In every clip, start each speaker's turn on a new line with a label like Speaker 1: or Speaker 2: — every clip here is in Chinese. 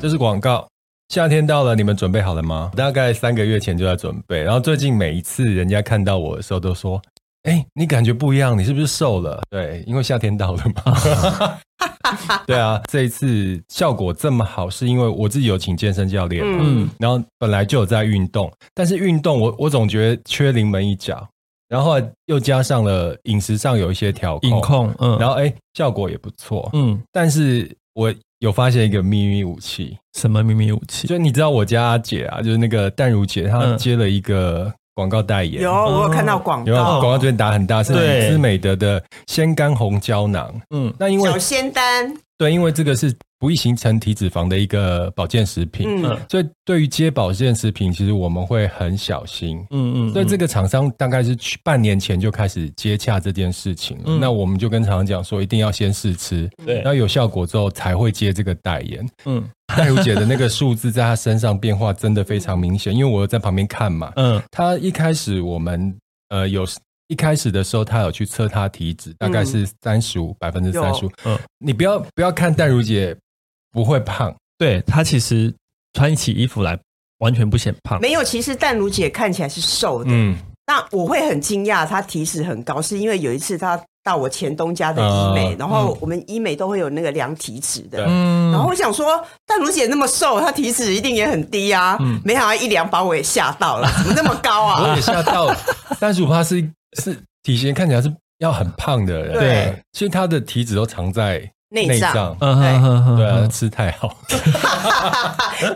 Speaker 1: 这是广告。夏天到了，你们准备好了吗？大概三个月前就在准备，然后最近每一次人家看到我的时候都说：“哎、你感觉不一样，你是不是瘦了？”对，因为夏天到了嘛。对啊，这一次效果这么好，是因为我自己有请健身教练嘛，
Speaker 2: 嗯
Speaker 1: 然后本来就有在运动，但是运动我我总觉得缺临门一脚，然后后来又加上了饮食上有一些调控，
Speaker 2: 隐控，嗯，
Speaker 1: 然
Speaker 2: 后
Speaker 1: 后哎、效果也不错，
Speaker 2: 嗯，
Speaker 1: 但是我有发现一个秘密武器，
Speaker 2: 什么秘密武器？
Speaker 1: 就你知道我家姐啊，就是那个淡如姐，她
Speaker 2: 嗯
Speaker 1: 接了一个广告代言，
Speaker 3: 有，我有看到广
Speaker 1: 有没有
Speaker 3: 告，
Speaker 1: 广告这边打很大，是
Speaker 2: 哦对
Speaker 1: 美姿美德的鲜甘红胶囊。
Speaker 2: 嗯
Speaker 1: 那因为
Speaker 3: 小仙丹，
Speaker 1: 对，因为这个是不易形成体脂肪的一个保健食品，
Speaker 3: 嗯
Speaker 2: 嗯
Speaker 1: 所以对于接保健食品，其实我们会很小心。
Speaker 2: 嗯嗯，
Speaker 1: 所以这个
Speaker 2: 个
Speaker 1: 厂商大概是去半年前就开始接洽这件事情了，
Speaker 2: 嗯
Speaker 1: 那我们就跟厂商讲说，一定要先试吃，
Speaker 2: 对
Speaker 1: 然，后有效果之后才会接这个代言。
Speaker 2: 嗯
Speaker 1: 戴茹姐的那个数字在她身上变化真的非常明显，因为我有在旁边看嘛。
Speaker 2: 嗯
Speaker 1: 她一开始我们呃有一开始的时候，她有去测她体脂，大概是三十五百分之三十五
Speaker 3: 有。
Speaker 2: 嗯，
Speaker 1: 你不要不要看戴茹姐不会胖，
Speaker 2: 对他其实穿起衣服来完全不显胖，
Speaker 3: 没有。其实淡如姐看起来是瘦的，
Speaker 1: 嗯，
Speaker 3: 那我会很惊讶，她体脂很高，是因为有一次她到我前东家的医美，
Speaker 1: 啊
Speaker 3: 然后我们医美都会有那个量体脂
Speaker 1: 对。
Speaker 3: 的
Speaker 2: 嗯
Speaker 3: 然后我想说，淡如姐那么瘦，她体脂一定也很低啊。
Speaker 2: 嗯
Speaker 3: 没想到一量把我也吓到了，怎么那么 高
Speaker 1: 我
Speaker 3: 啊
Speaker 1: 也？吓到，三十五趴是是体型看起来是要很胖的人，
Speaker 3: 对，
Speaker 1: 其实她的体脂都藏在
Speaker 3: 内
Speaker 1: 内
Speaker 3: 脏
Speaker 1: 脏，
Speaker 2: 嗯哼哼哼，
Speaker 1: 对啊，吃太好，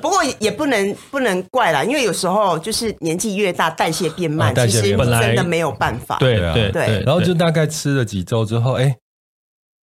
Speaker 3: 不过也不能不能怪啦，因为有时候就是年纪越大，代谢变慢，
Speaker 1: 啊代谢
Speaker 3: 其实
Speaker 1: 变
Speaker 2: 慢
Speaker 3: 真的没有办法。
Speaker 2: 对
Speaker 1: 对啊
Speaker 2: 对
Speaker 3: 对
Speaker 1: 然后就大概吃了几周之后，哎，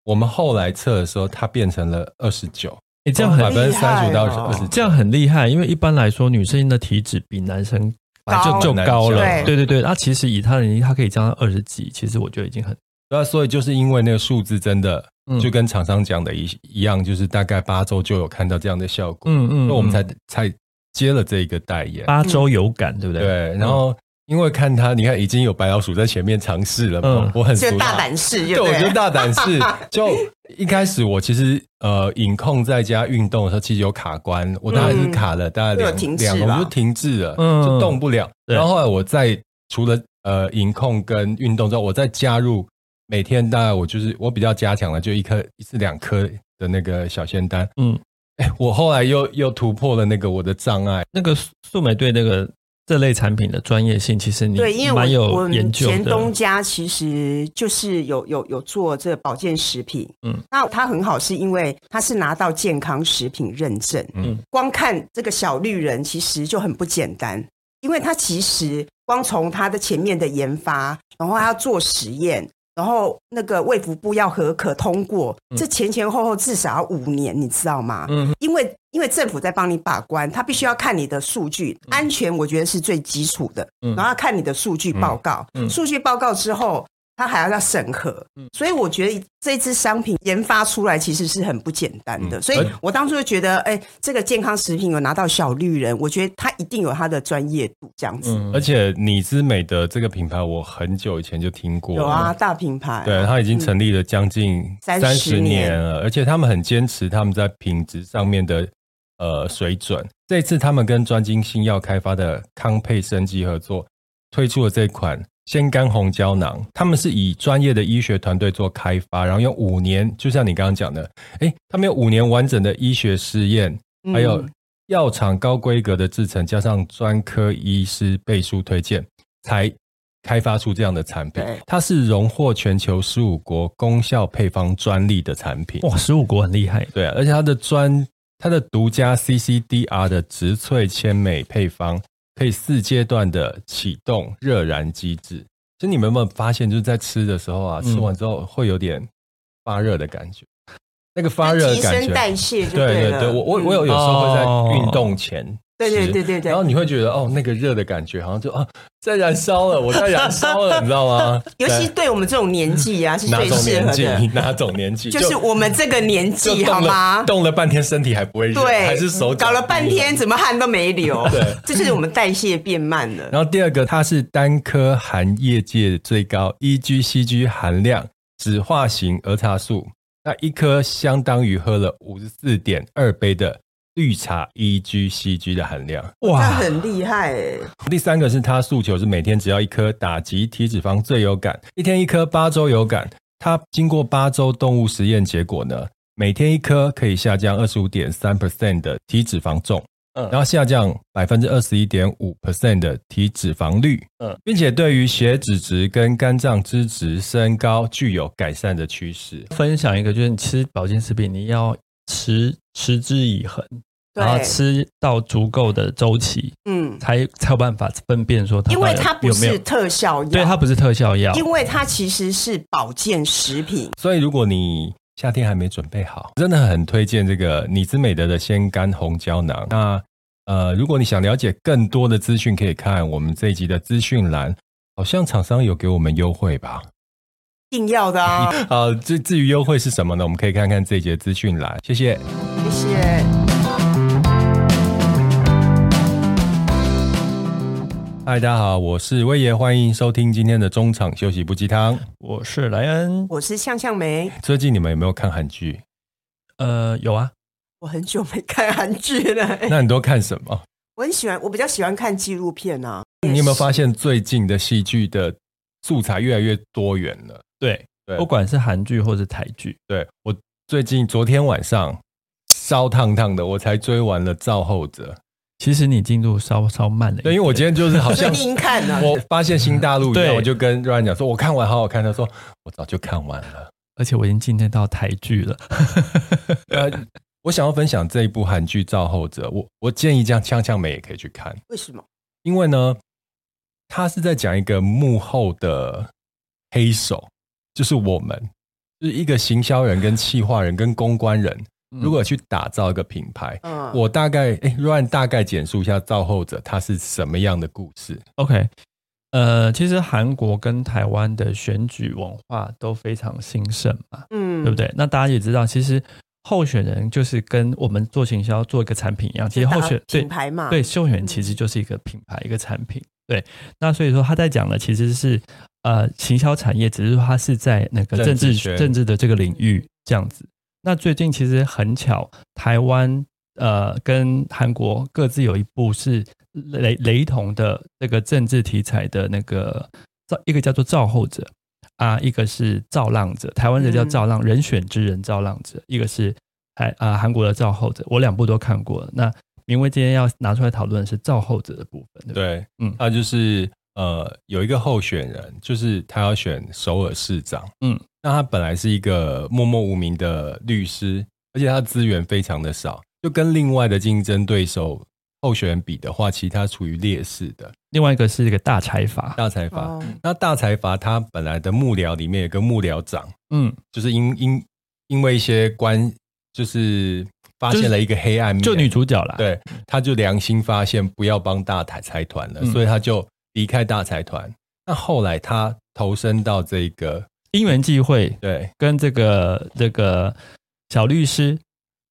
Speaker 1: 我们后来测的时候，它变成了二十九。
Speaker 2: 你这样
Speaker 1: 百
Speaker 3: 哦
Speaker 2: 很
Speaker 1: 分之三十五到
Speaker 3: 好
Speaker 1: 二
Speaker 3: 厉害
Speaker 1: 十
Speaker 3: 哦，
Speaker 2: 这样很厉害，因为一般来说女生的体脂比男生本来
Speaker 3: 高
Speaker 2: 就就高了，
Speaker 3: 对
Speaker 2: 对对对。那其实以她的年纪，她可以降到二十几，其实我觉得已经很
Speaker 1: 那所以就是因为那个数字真的
Speaker 2: 嗯
Speaker 1: 就跟厂商讲的一一样，就是大概八周就有看到这样的效果，
Speaker 2: 嗯嗯
Speaker 1: 所以我们
Speaker 2: 嗯
Speaker 1: 才才接了这一个代言。
Speaker 2: 八嗯周有感，对不对？
Speaker 1: 对，然后因为看他，你看已经有白老鼠在前面尝试了嘛
Speaker 2: 嗯，
Speaker 1: 我很
Speaker 3: 这个
Speaker 1: 熟
Speaker 3: 大
Speaker 1: 啦。
Speaker 3: 胆事
Speaker 1: 对，
Speaker 3: 就
Speaker 1: 我
Speaker 3: 对
Speaker 1: 觉得
Speaker 3: 了。
Speaker 1: 大胆 是，就一开始我其实呃，隐控在家运动的时候，其实有卡关，我大概是卡了大概
Speaker 3: 嗯会有
Speaker 1: 两
Speaker 3: 停滞
Speaker 1: 两个，
Speaker 3: 吧
Speaker 1: 我就停滞了，
Speaker 2: 嗯
Speaker 1: 就动不了。
Speaker 2: 对
Speaker 1: 然后后来我再除了呃隐控跟运动之后，我再加入每天大概我就是我比较加强了，就一颗一次两颗的那个小仙丹。
Speaker 2: 嗯，
Speaker 1: 哎，我后来又又突破了那个我的障碍，
Speaker 2: 那个素素美对那个这类产品的专业性，其实你
Speaker 3: 对，因为
Speaker 2: 蛮
Speaker 3: 我我
Speaker 2: 有研
Speaker 3: 们
Speaker 2: 究
Speaker 3: 前东
Speaker 2: 的。
Speaker 3: 家其实就是有有有做这个保健食品，
Speaker 2: 嗯
Speaker 3: 嗯，那它很好，是因为它是拿到健康食品认证，
Speaker 1: 嗯
Speaker 3: 嗯，光看这个小绿人其实就很不简单，因为它其实光从它的前面的研发，然后它要做实验，然后那个卫福部要核可通过，这前前后后至少要五年，你知道吗？
Speaker 2: 嗯
Speaker 3: 嗯，因为因为政府在帮你把关，他必须要看你的数据，安全我觉得是最基础的，
Speaker 2: 嗯
Speaker 3: 然后要看你的数据报告，
Speaker 2: 嗯嗯
Speaker 3: 数据报告之后。他还要要审核，所以我觉得这支商品研发出来其实是很不简单的。
Speaker 1: 嗯
Speaker 3: 所
Speaker 1: 而
Speaker 3: 以我当初就觉得，哎、这个健康食品有拿到小绿人，我觉得他一定有他的专业度，这样子。
Speaker 2: 嗯
Speaker 1: 而且你之美的这个品牌，我很久以前就听过。
Speaker 3: 有啊，，大品牌啊、
Speaker 1: 对，它已经成立了将近
Speaker 3: 30
Speaker 1: 三十
Speaker 3: 年
Speaker 1: 年了，而且他们很坚持他们在品质上面的呃水准。这次他们跟专精新药开发的康佩生技合作，推出了这款鲜甘红胶囊。他们是以专业的医学团队做开发，然后用五年，就像你刚刚讲的，诶，他们有五年完整的医学试验，
Speaker 3: 嗯
Speaker 1: 还有药厂高规格的制成，加上专科医师背书推荐，才开发出这样的产品
Speaker 3: 对。
Speaker 1: 它是荣获全球十五国功效配方专利的产品。
Speaker 2: 哇，十五国很厉害，
Speaker 1: 对、啊，而且它的专它的独家 CCDR 的植萃纤酶配方，可以四阶段的启动热燃机制。其实你们有没有发现，就是在吃的时候啊，
Speaker 2: 嗯
Speaker 1: 吃完之后会有点发热的感觉，那个发热的
Speaker 3: 提
Speaker 1: 感
Speaker 3: 升
Speaker 1: 觉。
Speaker 3: 代谢就
Speaker 1: 对
Speaker 3: 了。
Speaker 1: 对，我我我有
Speaker 3: 嗯
Speaker 1: 有时候会在运动前吃、
Speaker 3: 对对对对对
Speaker 1: 然后你会觉得哦，那个热的感觉好像就啊在燃烧了，我在燃烧 了，你知道吗？
Speaker 3: 尤其
Speaker 1: 对
Speaker 3: 对我们这种年纪啊，是
Speaker 1: 嗯哪
Speaker 3: 最
Speaker 1: 种
Speaker 3: 适
Speaker 1: 年
Speaker 3: 合的
Speaker 1: 纪，， 哪种年纪，
Speaker 3: 就是我们这个年
Speaker 1: 就
Speaker 3: 纪，
Speaker 1: 动
Speaker 3: 好
Speaker 1: 了
Speaker 3: 吗？
Speaker 1: 动了半天，身体还不会热，
Speaker 3: 对，
Speaker 1: 还是手脚
Speaker 3: 搞了半
Speaker 1: 冰冷
Speaker 3: 天，怎么汗都没流？
Speaker 1: 对，
Speaker 3: 这就是我们代谢变慢了。
Speaker 1: 然后第二个，它是单颗含业界最高，E EGCG 含量酯化型儿茶素，那一颗相当于喝了五十四点二杯的绿茶 E EGCG 的含量。
Speaker 3: 他
Speaker 2: 哇，
Speaker 3: 很厉害、欸，
Speaker 1: 第三个是他诉求是每天只要一颗，打击体脂肪最有感，一天一颗，八周有感。他经过八周动物实验结果呢，每天一颗可以下降二十五点三 percent 的体脂肪重，
Speaker 2: 嗯
Speaker 1: 然后下降百分之二十一点五 percent 的体脂肪率，
Speaker 2: 嗯
Speaker 1: 并且对于血脂值跟肝脏脂质升高具有改善的趋势。
Speaker 2: 分享一个，就是你吃保健食品，你要持持之以恒，
Speaker 3: 对
Speaker 2: 然后吃到足够的周期，
Speaker 3: 嗯，
Speaker 2: 才才有办法分辨说它
Speaker 3: 因为
Speaker 2: 到底
Speaker 3: 它不
Speaker 2: 有没有
Speaker 3: 是特效药，
Speaker 2: 对它不是特效药，
Speaker 3: 因为它其实是保健食品，
Speaker 1: 所以如果你夏天还没准备好，真的很推荐这个你姿美德的鲜干红胶囊。那呃，如果你想了解更多的资讯，可以看我们这一集的资讯栏，好像厂商有给我们优惠吧？
Speaker 3: 一定要的啊！
Speaker 1: 好，至至于优惠是什么呢？我们可以看看这一节资讯栏。谢谢。
Speaker 3: 谢谢。
Speaker 1: 嗨，大家好，我是威爷，欢迎收听今天的中场休息不鸡汤。
Speaker 2: 我是莱恩，
Speaker 3: 我是向向梅，
Speaker 1: 最近你们有没有看韩剧？
Speaker 2: 呃，有啊，
Speaker 3: 我很久没看韩剧了、欸
Speaker 1: 那你都看什么？
Speaker 3: 我很喜欢，我比较喜欢看纪录片啊。
Speaker 1: 你有没有发现最近的戏剧的素材越来越多元了？
Speaker 2: 对，
Speaker 1: 对
Speaker 2: 不管是韩剧或是台剧，
Speaker 1: 对我最近昨天晚上烧烫烫的，我才追完了《造后者
Speaker 2: 其实你进度稍稍慢了一》。点，
Speaker 1: 对，因为我今天就是 好
Speaker 3: 所以
Speaker 1: 像
Speaker 3: 你已经看了，
Speaker 1: 我发现新大陆以后，
Speaker 2: 对
Speaker 1: 我就跟 Ryan 讲说，我看完好好看。他说我早就看完了。
Speaker 2: 而且我已经进阶到台剧了，
Speaker 1: 呃，我想要分享这一部韩剧《造后者》，我我建议这样呛呛美也可以去看，
Speaker 3: 为什么？
Speaker 1: 因为呢，他是在讲一个幕后的黑手，就是我们，就是一个行销人、跟企划人、跟公关人，
Speaker 2: 嗯
Speaker 1: 如果去打造一个品牌。
Speaker 3: 嗯，
Speaker 1: 我大概哎，Ryan 大概简述一下《造后者》它是什么样的故事。
Speaker 2: OK，呃，其实韩国跟台湾的选举文化都非常兴盛嘛，
Speaker 3: 嗯
Speaker 2: 对不？对？那大家也知道，其实候选人就是跟我们做行销做一个产品一样，其实候选
Speaker 3: 打
Speaker 2: 对
Speaker 3: 品牌嘛，嗯
Speaker 2: 对，候选人其实就是一个品牌一个产品，对。那所以说他在讲的其实是呃行销产业，只是说它是在那个
Speaker 1: 政
Speaker 2: 政
Speaker 1: 治
Speaker 2: 治
Speaker 1: 圈
Speaker 2: 政治的这个领域这样子。那最近其实很巧，台湾呃跟韩国各自有一部是雷雷同的这个政治题材的那个造一个叫做造后者啊，一个是造浪者，台湾的叫
Speaker 3: 嗯
Speaker 2: 造浪、人选之人造浪者，一个是台啊韩国的造后者，我两部都看过了。那明威今天要拿出来讨论的是造后者的部分，对不对？
Speaker 1: 对，
Speaker 2: 嗯
Speaker 1: 他就是呃有一个候选人，就是他要选首尔市长，
Speaker 2: 嗯，
Speaker 1: 那他本来是一个默默无名的律师，而且他资源非常的少，就跟另外的竞争对手候选人比的话，其实他处于劣势的
Speaker 2: 另外一个是一个大财阀，
Speaker 1: 大财阀。
Speaker 3: 哦，
Speaker 1: 那大财阀他本来的幕僚里面有个幕僚长，
Speaker 2: 嗯，
Speaker 1: 就是因因因为一些关，就是发
Speaker 2: 就
Speaker 1: 现
Speaker 2: 是
Speaker 1: 了一个黑暗面，
Speaker 2: 就女主角啦，，
Speaker 1: 对，他就良心发现不要帮大财财团了，
Speaker 2: 嗯
Speaker 1: 所以他就离开大财团。那后来他投身到这个
Speaker 2: 因缘际会
Speaker 1: 对
Speaker 2: 跟这个这个小律师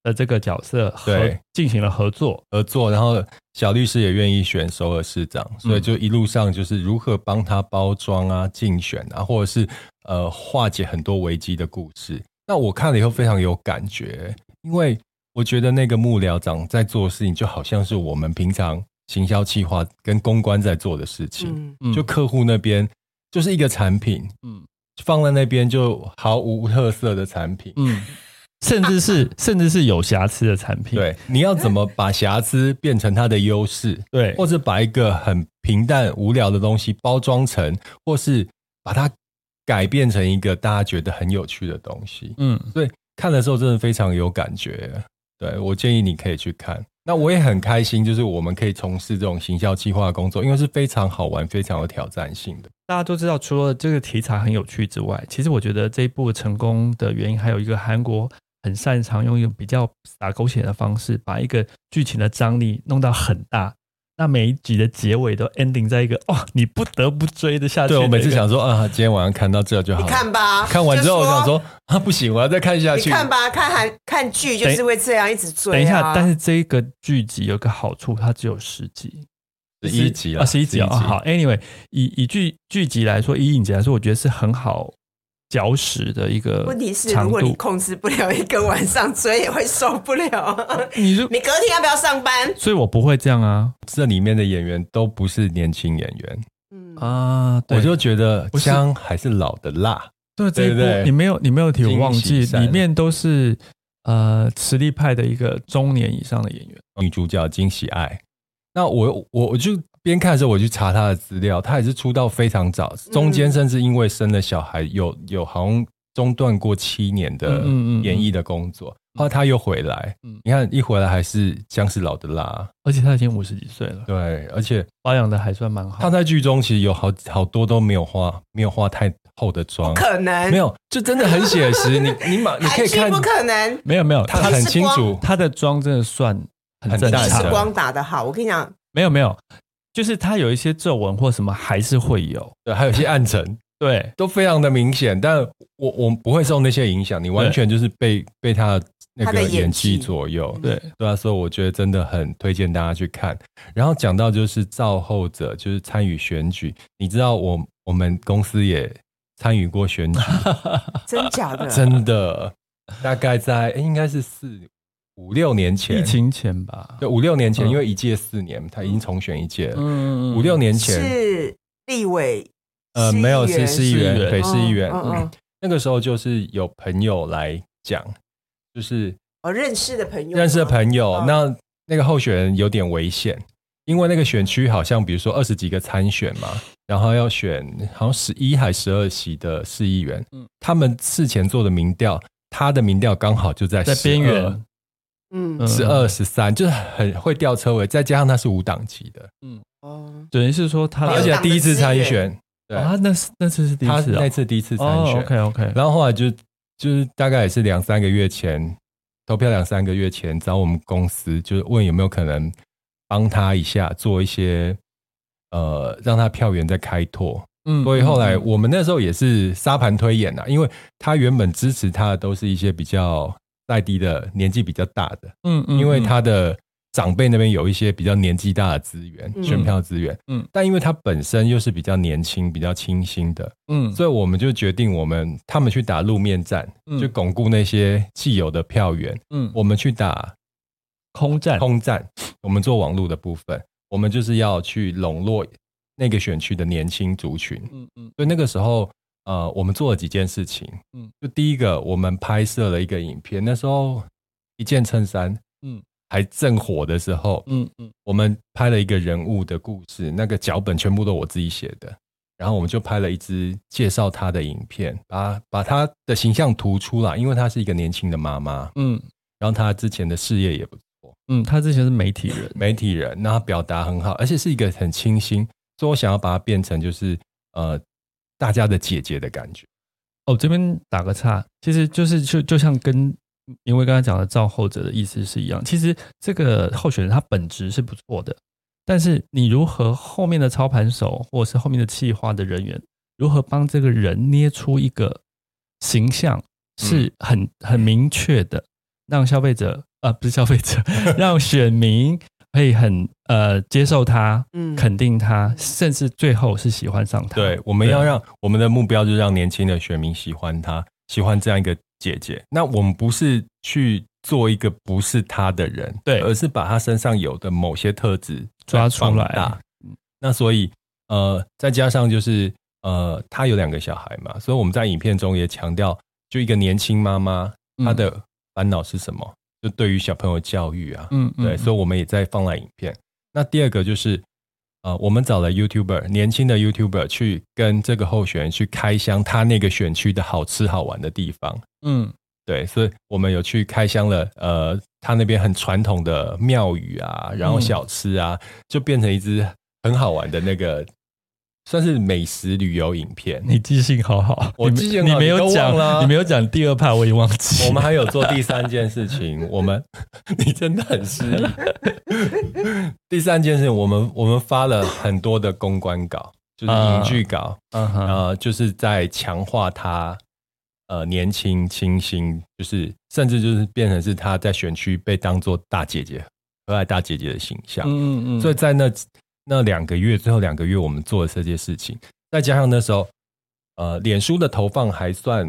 Speaker 2: 的这个角色合
Speaker 1: 对
Speaker 2: 进行了合作，
Speaker 1: 合作，然后小律师也愿意选首尔市长，所以就一路上就是如何帮他包装啊、竞选啊，或者是呃化解很多危机的故事。那我看了以后非常有感觉，因为我觉得那个幕僚长在做的事情，就好像是我们平常行销企划跟公关在做的事情。
Speaker 3: 嗯，
Speaker 2: 嗯
Speaker 1: 就客户那边就是一个产品，
Speaker 2: 嗯
Speaker 1: 放在那边就毫无特色的产品。
Speaker 2: 嗯，甚至是甚至是有瑕疵的产品，
Speaker 1: 对，你要怎么把瑕疵变成它的优势，
Speaker 2: 对
Speaker 1: 或者把一个很平淡无聊的东西包装成，或是把它改变成一个大家觉得很有趣的东西。
Speaker 2: 嗯，
Speaker 1: 看的时候真的非常有感觉。对我建议你可以去看。那我也很开心，就是我们可以从事这种行销计划的工作，因为是非常好玩、非常有挑战性的。
Speaker 2: 大家都知道，除了这个题材很有趣之外，其实我觉得这一部成功的原因还有一个韩国很擅长用一个比较打狗血的方式，把一个剧情的张力弄到很大。那每一集的结尾都 ending 在一个哇、你不得不追的下去
Speaker 1: 对
Speaker 2: 的一
Speaker 1: 我
Speaker 2: 个。
Speaker 1: 每次想说啊，今天晚上看到这就好
Speaker 3: 你
Speaker 1: 了。
Speaker 3: 看吧，
Speaker 1: 看完之后，我
Speaker 3: 就
Speaker 1: 想，说啊，不行，我要再看下
Speaker 3: 你
Speaker 1: 去。
Speaker 3: 看吧，看韩看剧就是会这样一直追啊。
Speaker 2: 等一下，但是这个剧集有个好处，它只有十集，
Speaker 1: 11集啦
Speaker 2: 啊，十一集啊、
Speaker 1: 11集
Speaker 2: 好，anyway，以以剧剧集来说，以影集来说，我觉得是很好嚼食的一个
Speaker 3: 问题是，如
Speaker 2: 长
Speaker 3: 果你
Speaker 2: 度。
Speaker 3: 控制不了一个晚上，嘴也会受 不了。
Speaker 2: 你就
Speaker 3: 你隔天要不要上班？
Speaker 2: 所以我不会这样啊
Speaker 1: 这里面的演员都不是年轻演员，
Speaker 3: 嗯，
Speaker 2: 啊！对
Speaker 1: 我就觉得
Speaker 2: 不是
Speaker 1: 姜还是老的辣。
Speaker 2: 对这一
Speaker 1: 对对
Speaker 2: 部你没有你没有提，我
Speaker 1: 金
Speaker 2: 忘记
Speaker 1: 喜善
Speaker 2: 里面都是呃实力派的一个中年以上的演员。
Speaker 1: 女主角金喜爱。那我我我就边看的时候，我去查她的资料，她也是出道非常早，
Speaker 3: 嗯
Speaker 1: 中间甚至因为生了小孩，有有好像中断过七年的
Speaker 2: 嗯嗯嗯
Speaker 1: 演艺的工作，后来她又回来
Speaker 2: 嗯。
Speaker 1: 你看一回来还是姜是老的辣，
Speaker 2: 而且他已经五十几岁了，
Speaker 1: 对，而且
Speaker 2: 保养的还算蛮
Speaker 1: 她
Speaker 2: 好。
Speaker 1: 在剧中其实有好好多都没有化没有化太厚的妆
Speaker 3: 不，可能，
Speaker 1: 没有，就真的很写实。你 你马你可
Speaker 3: 韩
Speaker 1: 以
Speaker 3: 剧
Speaker 1: 看
Speaker 3: 不，可能。
Speaker 2: 没有没有，
Speaker 1: 她
Speaker 2: 他
Speaker 1: 很
Speaker 3: 是
Speaker 1: 清
Speaker 3: 光
Speaker 1: 楚，
Speaker 2: 他的妆真的算很
Speaker 1: 很
Speaker 2: 正
Speaker 1: 淡
Speaker 3: 你是
Speaker 1: 的啊
Speaker 2: 常。
Speaker 3: 光打的好，我跟你讲，
Speaker 2: 没有没有，就是他有一些皱纹或什么还是会有。
Speaker 1: 对，还有一些暗沉。
Speaker 2: 对，
Speaker 1: 都非常的明显，但我我们不会受那些影响，你完全就是被被他的那
Speaker 3: 他的
Speaker 1: 个
Speaker 3: 演
Speaker 1: 演技
Speaker 3: 技
Speaker 1: 左右，
Speaker 2: 对，
Speaker 1: 对啊，所以我觉得真的很推荐大家去看。然后讲到就是造后者，就是参与选举，你知道我我们公司也参与过选举，
Speaker 3: 真假的？
Speaker 1: 真 的，大概在、诶应该是四五六年前，
Speaker 2: 疫情前吧。
Speaker 1: 对五六年前，
Speaker 2: 嗯
Speaker 1: 因为一届四年，他已经重选一届了，
Speaker 2: 嗯
Speaker 1: 五六年前，
Speaker 3: 是立委？
Speaker 1: 呃，没有是市
Speaker 3: 市
Speaker 1: 议
Speaker 3: 议
Speaker 1: 员
Speaker 2: 员，
Speaker 1: 对，市议员，
Speaker 3: 嗯嗯嗯
Speaker 1: 那个时候就是有朋友来讲，就是
Speaker 3: 哦，认识的朋友吗，
Speaker 1: 认识的朋友，
Speaker 3: 嗯
Speaker 1: 那那个候选人有点危险，因为那个选区好像比如说二十几个参选嘛，然后要选好像十一还十二席的市议员，
Speaker 2: 嗯
Speaker 1: 他们事前做的民调，他的民调刚好就在
Speaker 2: 在边缘，
Speaker 3: 嗯
Speaker 2: 嗯
Speaker 1: 十二十三，就是很会掉车尾，再加上他是无党籍的，
Speaker 3: 哦，
Speaker 2: 等于是说他
Speaker 3: 没有
Speaker 1: 而
Speaker 3: 党
Speaker 1: 且
Speaker 3: 的
Speaker 1: 第一次
Speaker 3: 资
Speaker 1: 参
Speaker 3: 源
Speaker 1: 选，对，
Speaker 2: 啊，那是那次是第一
Speaker 1: 他
Speaker 2: 次啊
Speaker 1: 那。次第一次参选
Speaker 2: 哦，OK OK，
Speaker 1: 然后后来就就是大概也是两三个月前，投票两三个月前找我们公司，就是问有没有可能帮他一下做一些呃，让他票源再开拓。
Speaker 2: 嗯
Speaker 1: 所以后来我们那时候也是沙盘推演啊呐、因为他原本支持他的都是一些比较在地的、年纪比较大的，
Speaker 2: 嗯嗯，
Speaker 1: 因为他的长辈那边有一些比较年纪大的资源、
Speaker 3: 嗯
Speaker 1: 选票资源，
Speaker 2: 嗯
Speaker 1: 但因为他本身又是比较年轻、比较清新的，
Speaker 2: 嗯
Speaker 1: 所以我们就决定，我们他们去打路面战，
Speaker 2: 嗯
Speaker 1: 就巩固那些既有的票源；
Speaker 2: 嗯
Speaker 1: 我们去打
Speaker 2: 空战
Speaker 1: 空战，我们做网络的部分，我们就是要去笼络那个选区的年轻族群。
Speaker 2: 嗯嗯
Speaker 1: 所以那个时候，呃，我们做了几件事情。
Speaker 2: 嗯
Speaker 1: 嗯，就第一个，我们拍摄了一个影片，那时候一件衬衫，
Speaker 2: 嗯
Speaker 1: 嗯，还正火的时候，
Speaker 2: 嗯嗯
Speaker 1: 我们拍了一个人物的故事，那个脚本全部都我自己写的，然后我们就拍了一支介绍她的影片，把把她的形象突出来，因为她是一个年轻的妈妈，
Speaker 2: 嗯
Speaker 1: 然后她之前的事业也不错，
Speaker 2: 嗯，他之前是媒体人，
Speaker 1: 媒体人，那她表达很好，而且是一个很清新，所以我想要把她变成就是呃大家的姐姐的感觉，
Speaker 2: 哦，这边打个岔，其实就是就就像跟因为刚才讲的造后者的意思是一样，其实这个候选人他本质是不错的，但是你如何后面的操盘手或者是后面的企划的人员，如何帮这个人捏出一个形象，
Speaker 1: 嗯
Speaker 2: 是很很明确的，让消费者啊、呃不是消费者， 让选民可以很呃接受他，
Speaker 3: 嗯
Speaker 2: 肯定他，甚至最后是喜欢上他。
Speaker 1: 对，我们要让我们的目标就是让年轻的选民喜欢她，喜欢这样一个姐姐。那我们不是去做一个不是她的人，
Speaker 2: 对
Speaker 1: 而是把她身上有的某些特质
Speaker 2: 抓出来嗯
Speaker 1: 放大那所以呃，再加上就是呃，她有两个小孩嘛，所以我们在影片中也强调，就一个年轻妈妈
Speaker 2: 嗯
Speaker 1: 她的烦恼是什么，就对于小朋友教育啊，
Speaker 2: 嗯，嗯
Speaker 1: 对，
Speaker 2: 嗯
Speaker 1: 所以我们也在放来影片。那第二个就是，呃，我们找了 YouTuber 年轻的 YouTuber 去跟这个候选人去开箱他那个选区的好吃好玩的地方。
Speaker 2: 嗯。
Speaker 1: 对，所以我们有去开箱了，呃，他那边很传统的庙宇啊，然后
Speaker 2: 嗯
Speaker 1: 小吃啊，就变成一支很好玩的那个，算是美食旅游影片。
Speaker 2: 你记性好好，
Speaker 1: 我
Speaker 2: 你
Speaker 1: 记性
Speaker 2: 你
Speaker 1: 好
Speaker 2: 没
Speaker 1: 你都
Speaker 2: 有
Speaker 1: 忘
Speaker 2: 讲
Speaker 1: 了啊
Speaker 2: 你没有讲第二趴，我也忘记。
Speaker 1: 我们还有 做第三件事情，我们 你真的很失 礼。第三件事情，我们我们发了很多的公关 稿，就是影剧稿，
Speaker 2: 嗯哼，
Speaker 1: 呃，就是在强化他呃年轻清新，就是甚至就是变成是他在选区被当做大姐姐、可爱大姐姐的形象。
Speaker 2: 嗯嗯嗯，
Speaker 1: 所以在那那两个月，最后两个月，我们做了这些事情，再加上那时候呃，脸书的投放还算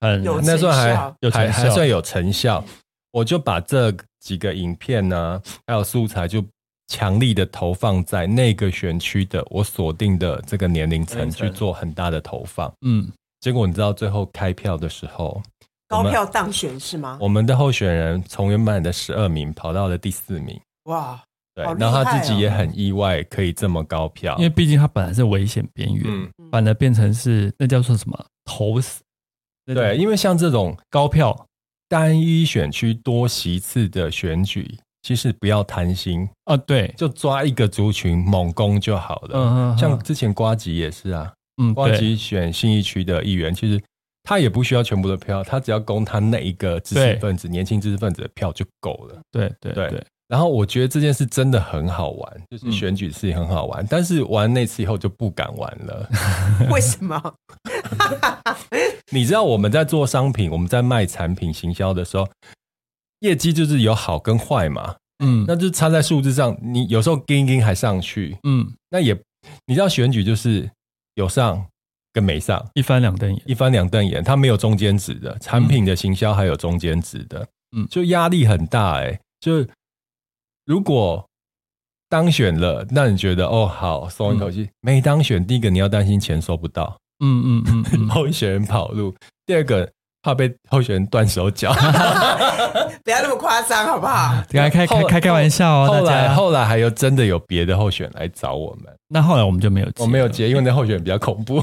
Speaker 2: 很
Speaker 3: 有
Speaker 1: 那算
Speaker 3: 成
Speaker 1: 还
Speaker 3: 效
Speaker 2: 有
Speaker 1: 还
Speaker 2: 成效
Speaker 1: 还算有成效。我就把这几个影片呢，还有素材，就强力的投放在那个选区的我锁定的这个年龄层
Speaker 2: 年龄层
Speaker 1: 去做很大的投放。
Speaker 2: 嗯
Speaker 1: 结果你知道最后开票的时候，
Speaker 3: 高票当选是吗？
Speaker 1: 我们的候选人从原本的十二名跑到了第四名，
Speaker 3: 哇，
Speaker 1: 对，
Speaker 3: 好厉
Speaker 1: 然后他自
Speaker 3: 害哦
Speaker 1: 己也很意外可以这么高票
Speaker 2: 因，为毕竟它本来是危险边缘，
Speaker 1: 嗯，
Speaker 2: 反而变成是那叫做什么投死？那种
Speaker 1: 对，因为像这种
Speaker 2: 高票
Speaker 1: 单一选区多席次的选举，其实不要贪心，
Speaker 2: 啊，对，
Speaker 1: 就抓一个族群猛攻就好了。
Speaker 2: 嗯嗯嗯
Speaker 1: 像之前瓜吉也是啊，
Speaker 2: 嗯
Speaker 1: 瓜
Speaker 2: 对
Speaker 1: 吉选信义区的议员，其实他也不需要全部的票，他只要攻他那一个知识
Speaker 2: 对
Speaker 1: 分子、年轻知识分子的票就够了。
Speaker 2: 对对
Speaker 1: 对
Speaker 2: 对，
Speaker 1: 然后我觉得这件事真的很好玩，就是
Speaker 2: 嗯
Speaker 1: 选举是很好玩，但是玩那次以后就不敢玩 了。
Speaker 3: 嗯为什么？
Speaker 1: 你知道我们在做商品，我们在卖产品行销的时候，业绩就是有好跟坏嘛，
Speaker 2: 嗯
Speaker 1: 那就是差在数字上。你有时候跟一跟还上去，
Speaker 2: 嗯
Speaker 1: 那也你知道选举就是有上跟没上，
Speaker 2: 一翻两瞪眼，
Speaker 1: 一翻两瞪眼，它没有中间值的，产品的行销还有中间值的，
Speaker 2: 嗯
Speaker 1: 嗯，就压力很大哎、就如果当选了，那你觉得哦好松一口气，没当选，第一个你要担心钱收不到，
Speaker 2: 嗯嗯嗯嗯，
Speaker 1: 候选人跑路；第二个怕被候选人断手脚。
Speaker 3: 不要那么夸张好不好？
Speaker 2: 来 开开
Speaker 1: 后
Speaker 2: 开开玩笑哦，
Speaker 1: 后
Speaker 2: 大
Speaker 1: 来
Speaker 2: 家。
Speaker 1: 后来还有真的有别的候选人来找我们，
Speaker 2: 那后来我们就没有接，
Speaker 1: 我没有，接，因为那候选人比较恐 怖，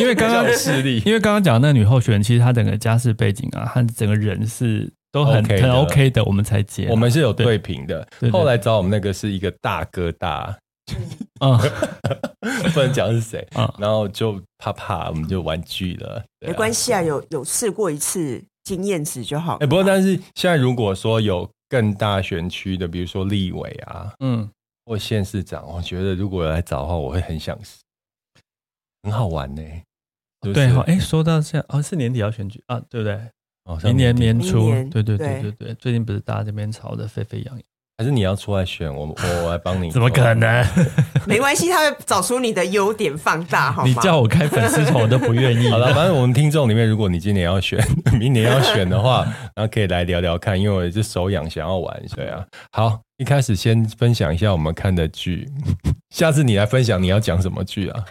Speaker 2: 因为刚刚
Speaker 1: 比较有势力。
Speaker 2: 因为刚刚讲的那个女候选人，其实她整个家世背景啊，和整个人是都很
Speaker 1: OK 的
Speaker 2: 很 OK 的，我们才接啊。
Speaker 1: 我们是有对平的
Speaker 2: 对对，
Speaker 1: 后来找我们那个是一个大哥 大，
Speaker 2: 嗯，
Speaker 1: 不能讲是谁
Speaker 2: 嗯，
Speaker 1: 然后就怕怕，我们就玩具了。
Speaker 3: 没关
Speaker 1: 系，
Speaker 3: 系啊，有有试过一次经验值就好。
Speaker 1: 哎，不过但是现在如果说有更大选区的，比如说立委啊
Speaker 2: 嗯，
Speaker 1: 或县市长，我觉得如果来找的话，我会很想试，很好玩呢。 就是
Speaker 2: 对哈，，哎，说到现在哦，是年底要选举啊，对不对？
Speaker 1: 好像
Speaker 2: 明年年
Speaker 3: 明
Speaker 2: 初
Speaker 3: 年，
Speaker 2: 对对对
Speaker 3: 对
Speaker 2: 对对，最近不是大家这边吵得沸沸扬扬，
Speaker 1: 还是你要出来选，我我我来帮你。
Speaker 2: 怎么可？能？
Speaker 3: 没关系，他会找出你的优点放大，好吗？
Speaker 2: 你叫我开粉丝团，我都不愿 意。
Speaker 1: 好了，反正我们听众里面，如果你今年要选， 明年要选的话，然后可以来聊聊看，因为我是手痒，想要玩一下啊。好，一开始先分享一下我们看的剧，下次你来分享你要讲什么剧啊？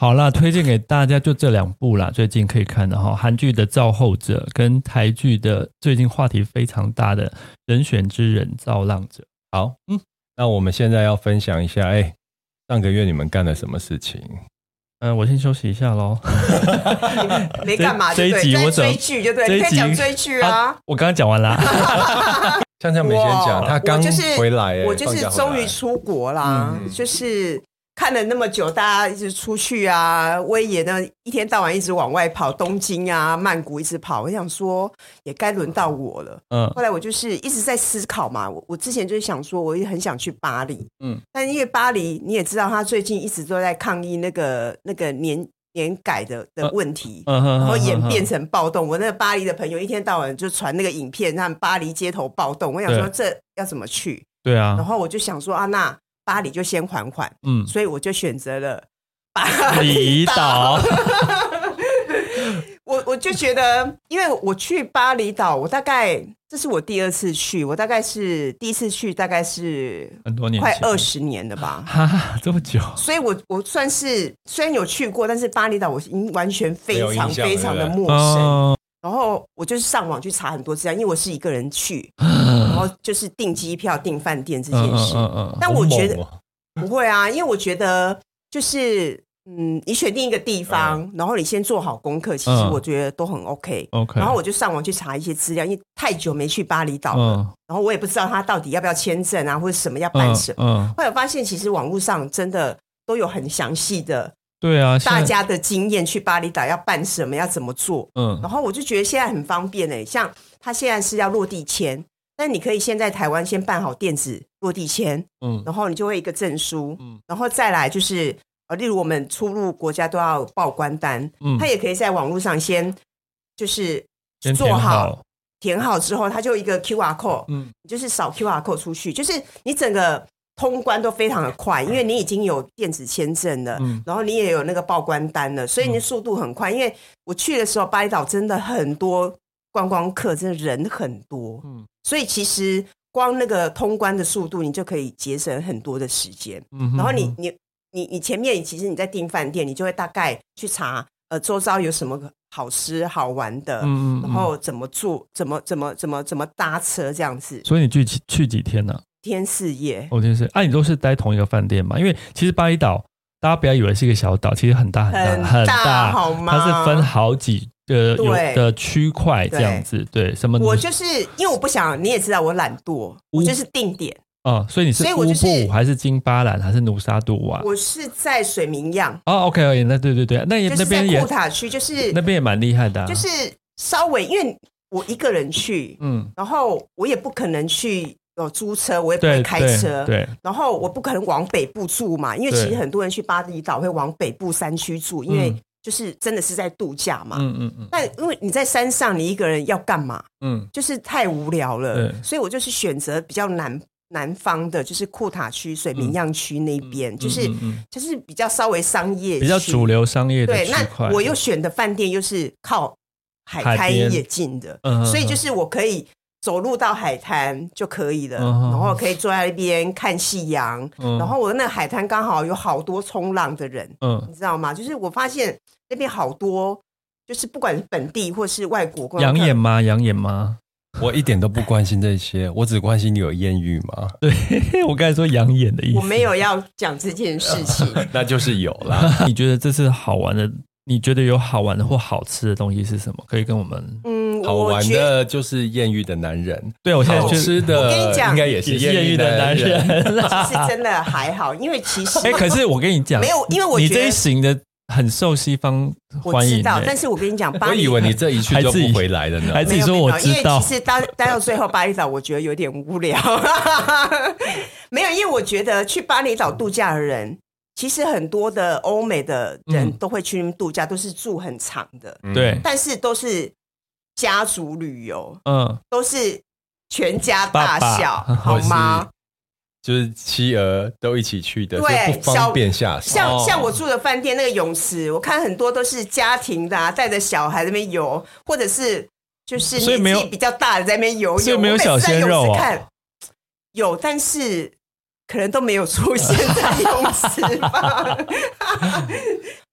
Speaker 2: 好啦，推荐给大家就这两部啦，最近可以看的哈，韩剧的《造后者》跟台剧的最近话题非常大的《人选之人造浪者》。
Speaker 1: 好，
Speaker 2: 嗯
Speaker 1: 嗯，那我们现在要分享一下，哎、上个月你们干了什么事情？
Speaker 2: 嗯，我先休息一下喽。
Speaker 3: 没干嘛，
Speaker 2: 这
Speaker 3: 对
Speaker 2: 一
Speaker 3: 不对？在
Speaker 2: 集我怎么
Speaker 3: 追剧就对，
Speaker 2: 这一
Speaker 3: 你可以讲
Speaker 2: 集
Speaker 3: 追剧啊。
Speaker 2: 我刚刚讲完啦。
Speaker 1: 香香没先讲，
Speaker 3: 哇
Speaker 1: 她刚
Speaker 3: 我就是
Speaker 1: 回来、哎
Speaker 3: 我就是
Speaker 1: 放假回来
Speaker 3: 终于出国啦，
Speaker 1: 嗯
Speaker 3: 就是看了那么久，大家一直出去啊，威爷呢一天到晚一直往外跑，东京啊、曼谷一直跑，我想说也该轮到我了。
Speaker 2: 嗯
Speaker 3: 后来我就是一直在思考嘛，我我之前就是想说，我也很想去巴黎，
Speaker 2: 嗯
Speaker 3: 嗯，但因为巴黎你也知道，他最近一直都在抗议那个那个年年改的的问题，
Speaker 2: 嗯哼，
Speaker 3: 然后演变成暴动。我那个巴黎的朋友一天到晚就传那个影片，他们巴黎街头暴动。我想说
Speaker 2: 对
Speaker 3: 这要怎么去？
Speaker 2: 对
Speaker 3: 然
Speaker 2: 啊，
Speaker 3: 后我就想说啊，那巴黎就先缓缓，
Speaker 2: 嗯，
Speaker 3: 所以我就选择了巴
Speaker 2: 离
Speaker 3: 黎岛。
Speaker 2: 岛，
Speaker 3: 我我就觉得，因为我去巴厘岛，我大概这是我第二次去，我大概是第一次去，大概是
Speaker 2: 很多年
Speaker 3: 快
Speaker 2: 前
Speaker 3: 二，十年了吧。
Speaker 2: 哈哈，这么久，
Speaker 3: 所以我我算是虽然有去过，但是巴厘岛我已经完全非
Speaker 1: 没有
Speaker 3: 常
Speaker 1: 印象了
Speaker 3: 非常的陌生。
Speaker 2: 哦，
Speaker 3: 然后我就是上网去查很多资料，因为我是一个人去，然后就是订机票、订饭店这件
Speaker 2: 嗯嗯
Speaker 3: 事。
Speaker 2: 嗯嗯，
Speaker 3: 但我觉得
Speaker 1: 好猛哦
Speaker 3: 不会啊，因为我觉得就是嗯，你选定一个地方，然后你先做好功课，其实
Speaker 2: 嗯
Speaker 3: 我觉得都很 OK。
Speaker 2: OK
Speaker 3: 然后我就上网去查一些资料，因为太久没去巴厘岛，
Speaker 2: 嗯
Speaker 3: 然后我也不知道他到底要不要签证啊，或者什么要办
Speaker 2: 嗯
Speaker 3: 什么。
Speaker 2: 嗯，
Speaker 3: 后来我发现，其实网络上真的都有很详细的
Speaker 2: 对啊，现在
Speaker 3: 大家的经验，去巴厘岛要办什么，要怎么做。
Speaker 2: 嗯
Speaker 3: 然后我就觉得现在很方便诶、像他现在是要落地签，但你可以先在台湾先办好电子落地签，
Speaker 2: 嗯
Speaker 3: 然后你就会一个证书，
Speaker 2: 嗯
Speaker 3: 然后再来就是呃，例如我们出入国家都要报关单，
Speaker 2: 嗯
Speaker 3: 他，也可以在网络上先就是
Speaker 2: 先
Speaker 3: 做
Speaker 2: 填
Speaker 3: 好，填好之后，他就有一个 QR code，
Speaker 2: 嗯
Speaker 3: 你就是扫 QR code 出去，就是你整个通关都非常的快，因为你已经有电子签证了，
Speaker 2: 嗯
Speaker 3: 然后你也有那个报关单了，所以你的速度很快。因为我去的时候，巴厘岛真的很多观光客，真的人很多，
Speaker 2: 嗯
Speaker 3: 所以其实光那个通关的速度，你就可以节省很多的时间。
Speaker 2: 嗯哼
Speaker 3: 然后你你你你前面其实你在订饭店，你就会大概去查呃周遭有什么好吃好玩的，
Speaker 2: 嗯嗯嗯
Speaker 3: 然后怎么住，怎么怎么怎么怎么搭车这样子，
Speaker 2: 所以你去几去几天呢、
Speaker 3: 天四夜。
Speaker 2: 我就是，啊，你都是待同一个饭店嘛？因为其实巴厘岛，大家不要以为是一个小岛，其实很大很大
Speaker 3: 很大
Speaker 2: 大，
Speaker 3: 好吗
Speaker 2: 它是分好几个有
Speaker 3: 对
Speaker 2: 的区块这样子，对，什么
Speaker 3: 我就是因为我不想，你也知道我懒惰，我就是定点，
Speaker 2: 啊、所以你是
Speaker 3: 所以
Speaker 2: 乌
Speaker 3: 我就是
Speaker 2: 布还是金巴兰还是努沙杜瓦？
Speaker 3: 我是在水明漾，
Speaker 2: 哦，OK，而已那对对对，那也、
Speaker 3: 就是在
Speaker 2: 那边也
Speaker 3: 库塔区，就是
Speaker 2: 那边也蛮厉害的、啊，
Speaker 3: 就是稍微，因为我一个人去，
Speaker 2: 嗯，
Speaker 3: 然后我也不可能去哦租车，我也不
Speaker 2: 对，
Speaker 3: 会开
Speaker 2: 对
Speaker 3: 车，啊
Speaker 2: 对，
Speaker 3: 然后我不可能往北部住嘛，因为其
Speaker 2: 对
Speaker 3: 实很多人去巴厘岛会往北部山区住，因为就是真的是在度假嘛。
Speaker 2: 嗯嗯嗯
Speaker 3: 但因为你在山上，你一个人要干嘛？
Speaker 2: 嗯，
Speaker 3: 就是太无聊了
Speaker 2: 对，
Speaker 3: 所以我就是选择比较南南方的，就是库塔区、水明漾区那边，就是、
Speaker 2: 嗯嗯
Speaker 3: 就是比较稍微商业区、
Speaker 2: 比较主流商业的
Speaker 3: 对，
Speaker 2: 区块，
Speaker 3: 那我又选的饭店又是靠海
Speaker 2: 海
Speaker 3: 滩
Speaker 2: 边
Speaker 3: 也近的，
Speaker 2: 嗯嗯
Speaker 3: 所以就是我可以走路到海滩就可以了，
Speaker 2: 嗯嗯
Speaker 3: 然后可以坐在那边看夕阳，
Speaker 2: 嗯
Speaker 3: 然后我那海滩刚好有好多冲浪的人，
Speaker 2: 嗯，
Speaker 3: 你知道吗？就是我发现那边好多，就是不管是本地或是外国观光
Speaker 2: 养
Speaker 3: 客
Speaker 2: 眼吗？养眼吗？
Speaker 1: 我一点都不关心这些，我只关心你有艳遇吗？
Speaker 2: 对，我刚才说养眼的意思，
Speaker 3: 我没有要讲这件事情，
Speaker 1: 那就是有啦。
Speaker 2: 你觉得这次好玩的？你觉得有好玩的或好吃的东西是什么？可以跟我们？
Speaker 3: 嗯，
Speaker 1: 好
Speaker 3: 我
Speaker 1: 玩
Speaker 3: 觉得。
Speaker 1: 的就是艳遇的男人，
Speaker 2: 对我现在
Speaker 1: 好
Speaker 2: 就
Speaker 1: 吃的
Speaker 3: 我跟你讲
Speaker 1: 应该也是
Speaker 2: 也是艳遇
Speaker 1: 遇
Speaker 2: 的男
Speaker 1: 男。
Speaker 2: 人啦。
Speaker 3: 其实真的还好，因为其实
Speaker 2: 哎，可是我跟你讲，
Speaker 3: 没有因为我
Speaker 2: 你
Speaker 3: 觉得
Speaker 2: 这一型的很受西方
Speaker 3: 我
Speaker 2: 欢
Speaker 3: 知
Speaker 2: 迎欸，
Speaker 3: 道，但是我跟你讲，巴
Speaker 1: 我
Speaker 3: 黎
Speaker 1: 以为你这一去就不回来了呢。
Speaker 2: 还自
Speaker 3: 没
Speaker 2: 己
Speaker 3: 有
Speaker 2: 说
Speaker 3: 没有哦
Speaker 2: 我知
Speaker 3: 因
Speaker 2: 道
Speaker 3: 为其实待待到最后巴厘岛，我觉得有点无聊。 没有，因为我觉得去巴厘岛度假的人，其实很多的欧美的人
Speaker 2: 嗯
Speaker 3: 都会去那边度假，都是住很长的，
Speaker 1: 嗯
Speaker 2: 对，
Speaker 3: 但是都是家族旅游，
Speaker 2: 嗯，
Speaker 3: 都是全家大小，
Speaker 2: 爸爸
Speaker 3: 好吗？
Speaker 1: 就是妻儿都一起去的，
Speaker 3: 对
Speaker 1: 就不方便下手。
Speaker 3: 像
Speaker 2: 哦
Speaker 3: 像我住的饭店那个泳池，我看很多都是家庭的、啊，带着小孩在那边游，或者是就是
Speaker 2: 所以没
Speaker 3: 年
Speaker 2: 有
Speaker 3: 纪比较大的在那边游泳，
Speaker 2: 所以没有
Speaker 3: 我每次
Speaker 2: 小鲜
Speaker 3: 在泳池
Speaker 2: 肉啊
Speaker 3: 看有，但是可能都没有出现在泳池 吧。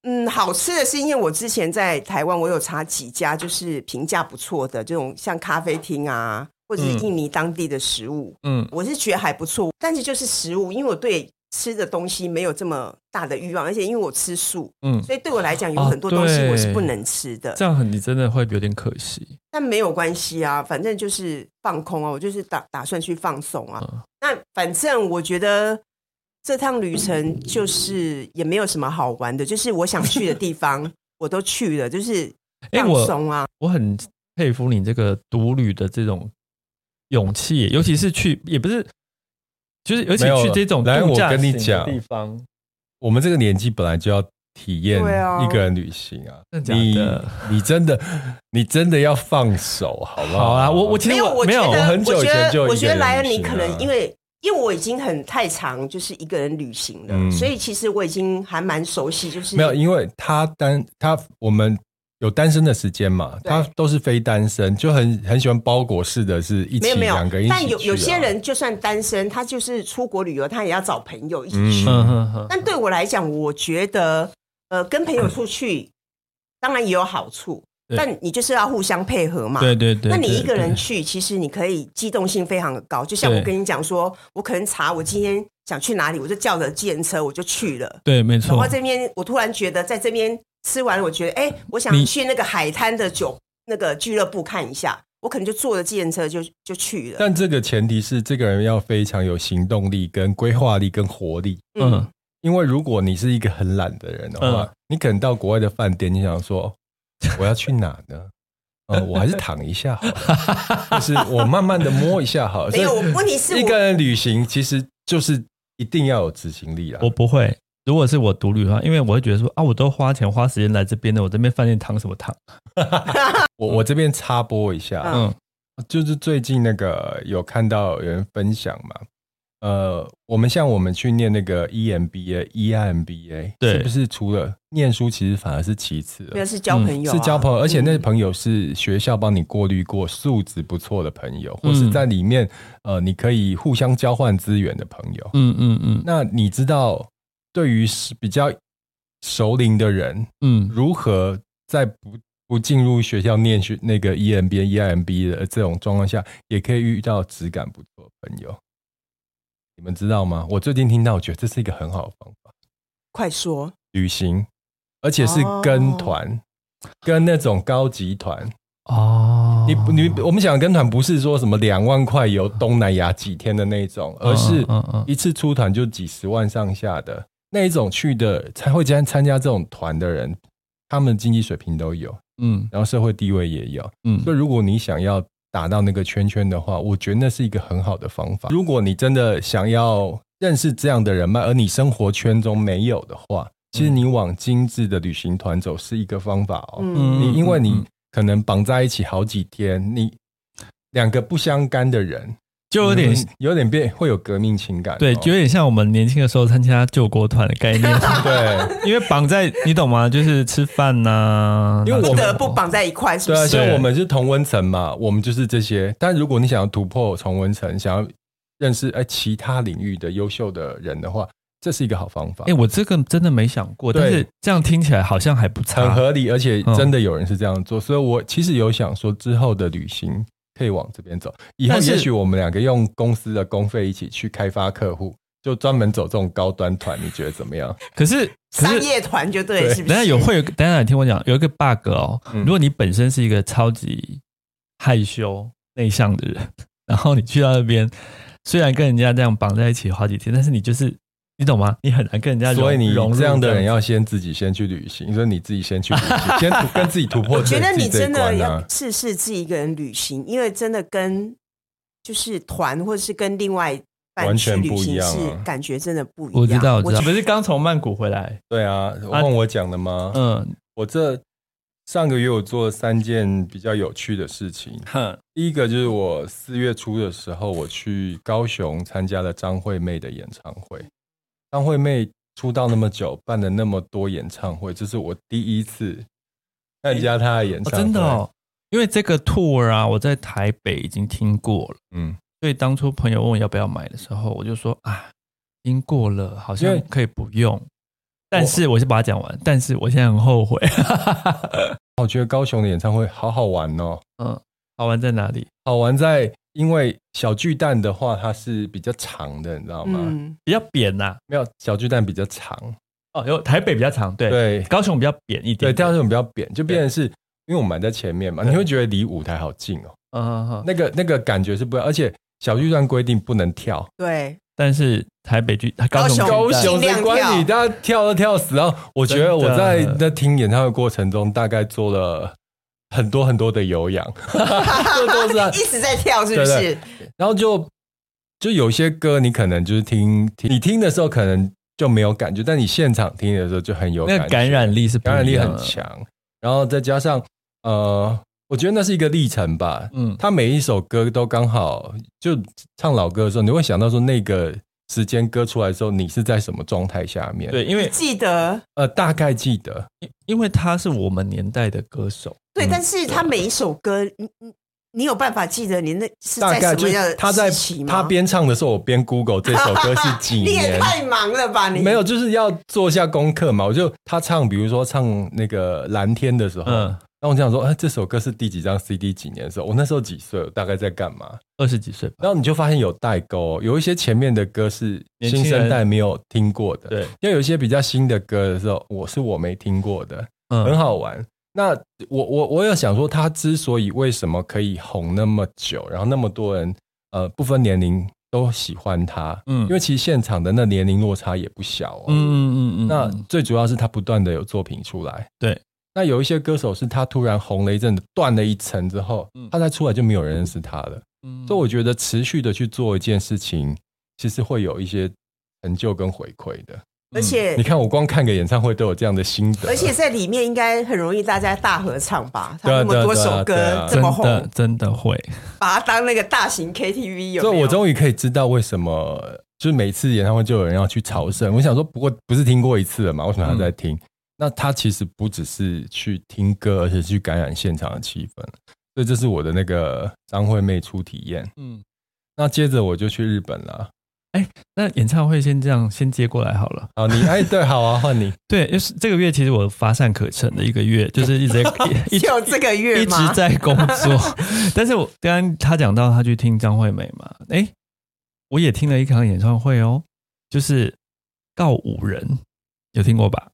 Speaker 3: 嗯，好吃的是因为我之前在台湾，我有查几家就是评价不错的这种像咖啡厅啊，或者是印尼当地的食物，
Speaker 2: 嗯
Speaker 3: 我是觉得还不错，但是就是食物，因为我对吃的东西没有这么大的欲望，而且因为我吃素，
Speaker 2: 嗯，
Speaker 3: 所以对我来讲有
Speaker 2: 哦
Speaker 3: 很多东西
Speaker 2: 对
Speaker 3: 我是不能吃的。
Speaker 2: 这样很你真的会有点可惜。
Speaker 3: 但没有关系啊，反正就是放空啊，我就是打打算去放松啊。
Speaker 2: 嗯
Speaker 3: 那反正我觉得这趟旅程就是也没有什么好玩的，就是我想去的地方 我都去了，就是
Speaker 2: 哎
Speaker 3: 放
Speaker 2: 我
Speaker 3: 松啊。
Speaker 2: 我很佩服你这个独旅的这种勇气，欸尤其是去也不是，就是尤其
Speaker 1: 没有
Speaker 2: 去这种
Speaker 1: 来
Speaker 2: 度假
Speaker 1: 我跟你
Speaker 2: 型的
Speaker 1: 讲
Speaker 2: 地方，
Speaker 1: 我们这个年纪本来就要体验
Speaker 3: 对啊
Speaker 1: 一个人旅行啊，
Speaker 2: 真的
Speaker 1: 你
Speaker 2: 假的
Speaker 1: 你真的你真的要放手，好不
Speaker 2: 好啊，我我其
Speaker 3: 没
Speaker 2: 实
Speaker 3: 有，
Speaker 2: 我
Speaker 3: 我觉
Speaker 2: 没
Speaker 3: 得
Speaker 2: 有，
Speaker 1: 我很久以前就一个
Speaker 3: 我觉得我觉得
Speaker 1: 人
Speaker 3: 莱恩，
Speaker 1: 旅
Speaker 3: 你
Speaker 1: 行
Speaker 3: 可
Speaker 1: 啊
Speaker 3: 能因为因为我已经很太长，就是一个人旅行了，
Speaker 1: 嗯
Speaker 3: 所以其实我已经还蛮熟悉，就是
Speaker 1: 没有，因为他单他我们有单身的时间嘛，
Speaker 3: 对
Speaker 1: 他都是非单身，就很很喜欢包裹式的，是一
Speaker 3: 没
Speaker 1: 起
Speaker 3: 有没有
Speaker 1: 两个人，一起去啊、
Speaker 3: 但有有些人就算单身，他就是出国旅游，他也要找朋友一起
Speaker 1: 嗯
Speaker 3: 去。
Speaker 2: 嗯哼哼，
Speaker 3: 但对我来讲，我觉得呃，跟朋友出去、当然也有好处，
Speaker 2: 对
Speaker 3: 但你就是要互相配合嘛。
Speaker 2: 对对对，
Speaker 3: 那你
Speaker 2: 对
Speaker 3: 一个人
Speaker 2: 对
Speaker 3: 去，其实你可以机动性非常的高。就像
Speaker 2: 对
Speaker 3: 我跟你讲说，我可能查我今天想去哪里，我就叫了计程车，我就去了。
Speaker 2: 对，没
Speaker 3: 然
Speaker 2: 错
Speaker 3: 后，这边我突然觉得，在这边吃完，我觉得哎、我
Speaker 2: 你
Speaker 3: 想去那个海滩的酒那个俱乐部看一下，我可能就坐着计程车就就去了。
Speaker 1: 但这个前提是这个人要非常有行动力、跟规划力、跟活力。
Speaker 2: 嗯，
Speaker 1: 因为如果你是一个很懒的人的话，
Speaker 2: 嗯
Speaker 1: 你可能到国外的饭店，你想说我要去哪呢？呃，我还是躺一下好了，就是我慢慢的摸一下好了。
Speaker 3: 没有，
Speaker 1: 所
Speaker 3: 我
Speaker 1: 以
Speaker 3: 问题是
Speaker 1: 一
Speaker 3: 我
Speaker 1: 个人旅行其实就是一定要有执行力啦。
Speaker 2: 我不会。如果是我独旅的话，因为我会觉得说啊，我都花钱花时间来这边的，我这边饭店躺什么躺？
Speaker 1: 我我这边插播一下，啊
Speaker 3: 嗯
Speaker 2: 嗯
Speaker 1: 就是最近那个有看到有人分享嘛，呃，我们像我们去念那个 E EMBA、EIMBA，
Speaker 2: 对
Speaker 1: 是不是除了念书，其实反而是其次了
Speaker 3: 那是交朋友啊、
Speaker 1: 是交朋友，而且那
Speaker 3: 嗯
Speaker 1: 朋友是学校帮你过滤过素质不错的朋友，或是在里面呃，你可以互相交换资源的朋友。
Speaker 2: 嗯嗯嗯
Speaker 1: 那你知道，对于是比较熟龄的人，
Speaker 2: 嗯
Speaker 1: 如何在不不进入学校念学那个 E EMBA、EIMB 的呃这种状况下，也可以遇到质感不错的朋友？你们知道吗？我最近听到，我觉得这是一个很好的方法。
Speaker 3: 快说，
Speaker 1: 旅行，而且是跟团，跟那种高级团。
Speaker 2: 哦，
Speaker 1: 你你我们想跟团不是说什么两万块游东南亚几天的那种，而是
Speaker 2: 嗯嗯嗯
Speaker 1: 一次出团就几十万上下的那一种去的，才会参参加这种团的人，他们经济水平都有，
Speaker 2: 嗯
Speaker 1: 然后社会地位也有。
Speaker 2: 嗯
Speaker 1: 所以如果你想要打到那个圈圈的话，我觉得那是一个很好的方法。如果你真的想要认识这样的人脉，而你生活圈中没有的话，其实你往精致的旅行团走是一个方法哦。
Speaker 3: 嗯，
Speaker 1: 你因为
Speaker 2: 嗯
Speaker 1: 你
Speaker 2: 嗯
Speaker 1: 可能绑在一起好几天，你两个不相干的人，
Speaker 2: 就有点
Speaker 1: 你会有点变，会有革命情感哦、
Speaker 2: 对，就有点像我们年轻的时候参加救国团的概 念，
Speaker 1: 对。
Speaker 2: 因为绑在你懂吗？就是吃饭呐，
Speaker 1: 因为
Speaker 3: 不
Speaker 1: 我
Speaker 3: 得不绑在一块，是
Speaker 1: 对
Speaker 3: 不
Speaker 1: 啊，
Speaker 3: 是？
Speaker 1: 像我们是同温层嘛，我们就是这些。但如果你想要突破同温层，想要认识哎其他领域的优秀的人的话，这是一个好方法
Speaker 2: 哎、，我这个真的没想过，
Speaker 1: 对
Speaker 2: 但是这样听起来好像还不
Speaker 1: 很
Speaker 2: 差。
Speaker 1: 合理，而且
Speaker 3: 嗯
Speaker 1: 真的有人是这样做。所以我其实有想说，之后的旅行可以往这边走。以后
Speaker 2: 但是
Speaker 1: 也许我们两个用公司的公费一起去开发客户，就专门走这种高端团，你觉得怎么 样？
Speaker 2: 可是，可
Speaker 3: 商
Speaker 2: 是，
Speaker 3: 业团就对，
Speaker 1: 对
Speaker 3: 是不
Speaker 2: 等一下
Speaker 3: 是？
Speaker 2: 有会有，等一下你听我讲，有一个 bug 哦。
Speaker 1: 嗯
Speaker 2: 如果你本身是一个超级害羞内向的人，然后你去到那边，虽然跟人家这样绑在一起好几天，但是你就是你懂吗？你很难跟人家融
Speaker 1: 所以你
Speaker 2: 融入
Speaker 1: 这样的人
Speaker 2: 样
Speaker 1: 要先自己先去旅行，所以你自己先去旅 行，先突跟自己突破
Speaker 3: 我
Speaker 1: 自
Speaker 3: 觉
Speaker 1: 己
Speaker 3: 得你
Speaker 1: 这一
Speaker 3: 真的
Speaker 1: 关啊
Speaker 3: 要试试自己一个人旅行，因为真的跟就是团或者是跟另外一半
Speaker 1: 完
Speaker 3: 去
Speaker 1: 全
Speaker 3: 旅
Speaker 1: 不一
Speaker 3: 行
Speaker 1: 样啊
Speaker 3: 是感觉真的不一样。
Speaker 2: 我知道，我知道，
Speaker 3: 觉
Speaker 2: 不是刚从曼谷回来，
Speaker 1: 对啊，
Speaker 2: 啊
Speaker 1: 问我讲的吗？
Speaker 2: 嗯，
Speaker 1: 我这上个月我做了三件比较有趣的事情。
Speaker 2: 哼，
Speaker 1: 第一个就是我四月初的时候，我去高雄参加了张惠妹的演唱会。张惠妹出道那么久，办了那么多演唱会，这是我第一次参加她的演
Speaker 2: 哦
Speaker 1: 唱会。
Speaker 2: 真的哦，因为这个 tour 啊，我在台北已经听过了。
Speaker 1: 嗯，
Speaker 2: 所以当初朋友问我要不要买的时候，我就说啊，已经过了，好
Speaker 1: 因
Speaker 2: 像
Speaker 1: 为
Speaker 2: 可以不用。但是我先把它讲完，但是我现在很后悔。
Speaker 1: 我觉得高雄的演唱会好好玩哦。
Speaker 2: 嗯，好玩在哪里？
Speaker 1: 好玩在，因为小巨蛋的话，它是比较长的，你知道吗？
Speaker 3: 嗯，
Speaker 2: 比较扁呐、
Speaker 1: 没有，小巨蛋比较长。
Speaker 2: 哦，有台北比较长，对，
Speaker 1: 对，
Speaker 2: 高雄比较扁一
Speaker 1: 对，
Speaker 2: 点点。
Speaker 1: 第二种比较扁，就变成是因为我们在前面嘛，
Speaker 2: 对
Speaker 1: 你会觉得离舞台好近哦，
Speaker 2: 嗯嗯嗯，
Speaker 1: 那个那个感觉是不一样，而且小巨蛋规定不能跳，
Speaker 3: 对，
Speaker 2: 但是台北剧高
Speaker 3: 高
Speaker 2: 雄巨蛋
Speaker 1: 高
Speaker 3: 尽
Speaker 1: 雄
Speaker 3: 量
Speaker 1: 的关你，
Speaker 3: 跳
Speaker 1: 大家跳都跳死。然后我觉得我在在听演唱会过程中，大概做了很多很多的有氧， 这都是啊
Speaker 3: 一直在跳，是不是？
Speaker 1: 对然后就就有些歌你可能就是听听，你听的时候可能就没有感觉，但你现场听的时候就很有
Speaker 2: 那
Speaker 1: 感
Speaker 2: 个
Speaker 1: 觉
Speaker 2: 感染力是不一
Speaker 1: 感
Speaker 2: 样
Speaker 1: 染
Speaker 2: 的
Speaker 1: 力很。强，然后再加上呃，我觉得那是一个历程吧。
Speaker 2: 嗯，
Speaker 1: 他每一首歌都刚好，就唱老歌的时候，你会想到说那个时间歌出来的时候，你是在什么状态下面？，
Speaker 2: 对，因为
Speaker 3: 记得
Speaker 1: 呃，大概记得，
Speaker 2: 因为他是我们年代的歌手，
Speaker 3: 对，
Speaker 1: 嗯
Speaker 3: 但是他每一首歌，你你你有办法记得你那是
Speaker 1: 大
Speaker 3: 在
Speaker 1: 概
Speaker 3: 什
Speaker 1: 就
Speaker 3: 么样的
Speaker 1: 是他在
Speaker 3: 时期吗
Speaker 1: 他边唱的时候，我边 Google 这首歌是几
Speaker 3: 你也
Speaker 1: 年。
Speaker 3: 太忙了吧？你
Speaker 1: 没有，就是要做一下功课嘛。我就他唱，比如说唱那个《蓝天》的时候，
Speaker 2: 嗯，
Speaker 1: 然后我就想说，哎、这首歌是第几张 CD 几年的时候，我那时候几岁，我大概在干嘛？
Speaker 2: 二十几岁吧。
Speaker 1: 然后你就发现有代沟、哦有一些前面的歌是
Speaker 2: 年轻
Speaker 1: 新
Speaker 2: 人
Speaker 1: 生代没有听过的，
Speaker 2: 对，
Speaker 1: 因为有一些比较新的歌的时候，我是我没听过的，很
Speaker 2: 嗯
Speaker 1: 好玩。那我我我有想说，他之所以为什么可以红那么久，然后那么多人呃不分年龄都喜欢他，
Speaker 2: 嗯
Speaker 1: 因为其实现场的那年龄落差也不小哦。
Speaker 2: 嗯嗯嗯嗯，
Speaker 1: 那
Speaker 2: 嗯
Speaker 1: 最主要是他不断的有作品出来，
Speaker 2: 对。
Speaker 1: 那有一些歌手是他突然红了一阵子，断了一层之后
Speaker 2: 嗯，
Speaker 1: 他再出来就没有人认识他了。
Speaker 2: 嗯
Speaker 1: 所以我觉得持续的去做一件事情，其实会有一些成就跟回馈的。
Speaker 3: 而且
Speaker 1: 你看，我光看个演唱会都有这样的心得，
Speaker 3: 而且在里面应该很容易大家大合唱吧？他
Speaker 1: 对啊
Speaker 3: 那么多首
Speaker 1: 对啊对啊
Speaker 3: 歌
Speaker 1: 对
Speaker 3: 这
Speaker 2: 真
Speaker 3: 么红，
Speaker 2: 的真的会，
Speaker 3: 把它当那个大型 KTV 有
Speaker 1: 所
Speaker 3: 没
Speaker 1: 以
Speaker 3: 有？
Speaker 1: 我终于可以知道为什么就是每次演唱会就有人要去朝圣。我想说，不过不是听过一次了嘛，为什么还
Speaker 2: 嗯
Speaker 1: 在听？那他其实不只是去听歌，而且去感染现场的气氛。所以这是我的那个张惠妹初体验。
Speaker 2: 嗯，
Speaker 1: 那接着我就去日本了。
Speaker 2: 那演唱会先这样先接过来好了。
Speaker 1: 啊，你哎，对，好啊，换 你。
Speaker 2: 对，就是这个月其实我乏善可陈的一个月，就是一 直在一直
Speaker 3: 就这个月
Speaker 2: 一
Speaker 3: 吗？
Speaker 2: 直在工作。 但是我刚刚他讲到他去听张惠妹嘛，诶，我也听了一场演唱会哦，就是告五人，有听过吧？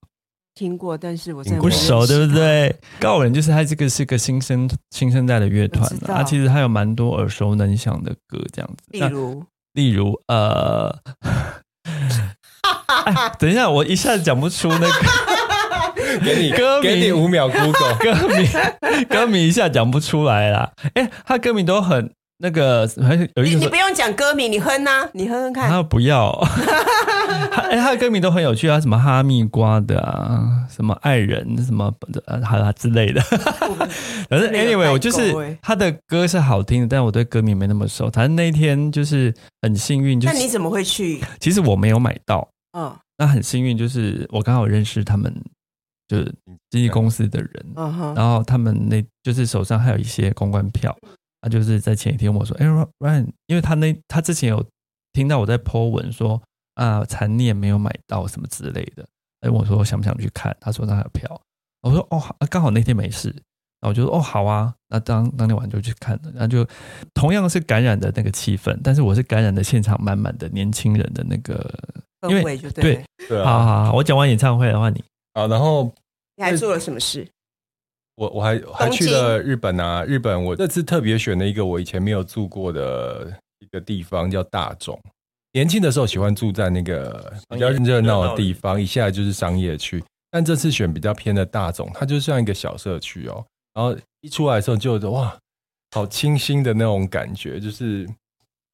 Speaker 3: 听过，但是我真的
Speaker 2: 不
Speaker 1: 听过
Speaker 2: 熟，
Speaker 3: 认识
Speaker 2: 对不对？告人就是他这个是个新生新生代的乐团
Speaker 3: 我知
Speaker 2: 啊，
Speaker 3: 道
Speaker 2: 啊其实他有蛮多耳熟能详的歌这样子。
Speaker 3: 例
Speaker 2: 那
Speaker 3: 如，
Speaker 2: 例如呃， 哎等一下，我一下子讲不出那个。
Speaker 1: 给你
Speaker 2: 歌名
Speaker 1: 给你五秒 Google。
Speaker 2: 歌名， 歌名一下讲不出来啦。哎、他歌名都很那个，很有
Speaker 3: 你
Speaker 2: 一
Speaker 3: 你
Speaker 2: 首
Speaker 3: 不，用讲歌名，你哼呐、你哼哼看。
Speaker 2: 他不要。 他哎、他的歌名都很有趣啊，什么哈密瓜的啊，什么爱人，什么呃，好啦之类的。 反正
Speaker 3: 那个
Speaker 2: anyway，
Speaker 3: 代
Speaker 2: 我就
Speaker 3: 沟欸
Speaker 2: 是他的歌是好听的，但我对歌名没那么熟。反正那一天就是很幸运，就
Speaker 3: 那
Speaker 2: 是
Speaker 3: 你怎么会去？
Speaker 2: 其实我没有买到，
Speaker 3: 嗯
Speaker 2: 那很幸运，就是我刚好认识他们，就是经纪公司的人，
Speaker 3: 嗯哼，
Speaker 2: 然后他们那就是手上还有一些公关票，他就是在前一天问我说：“哎、r y a n 因为他那他之前有听到我在 po 文说啊残念没有买到什么之类的，哎，我说我想不想去看？他说他还有票，我说哦，好啊刚好那天没事，然后我就说哦好啊，那当当天晚上就去看了，然后就同样是感染的那个气氛，但是我是感染的现场满满的年轻人的那个，因为
Speaker 3: 氛围就对了
Speaker 2: 对。，
Speaker 1: 对
Speaker 2: 好
Speaker 1: 啊，
Speaker 2: 好好，我讲完演唱会的话，你
Speaker 1: 啊，然后
Speaker 3: 你还做了什么事？
Speaker 1: 我我还还去了日本啊，日本我这次特别选了一个我以前没有住过的一个地方，叫大众。年轻的时候喜欢住在那个比较热闹的地方，一下就是商业区。但这次选比较偏的大众，它就像一个小社区哦。然后一出来的时候就有种哇，好清新的那种感觉，就是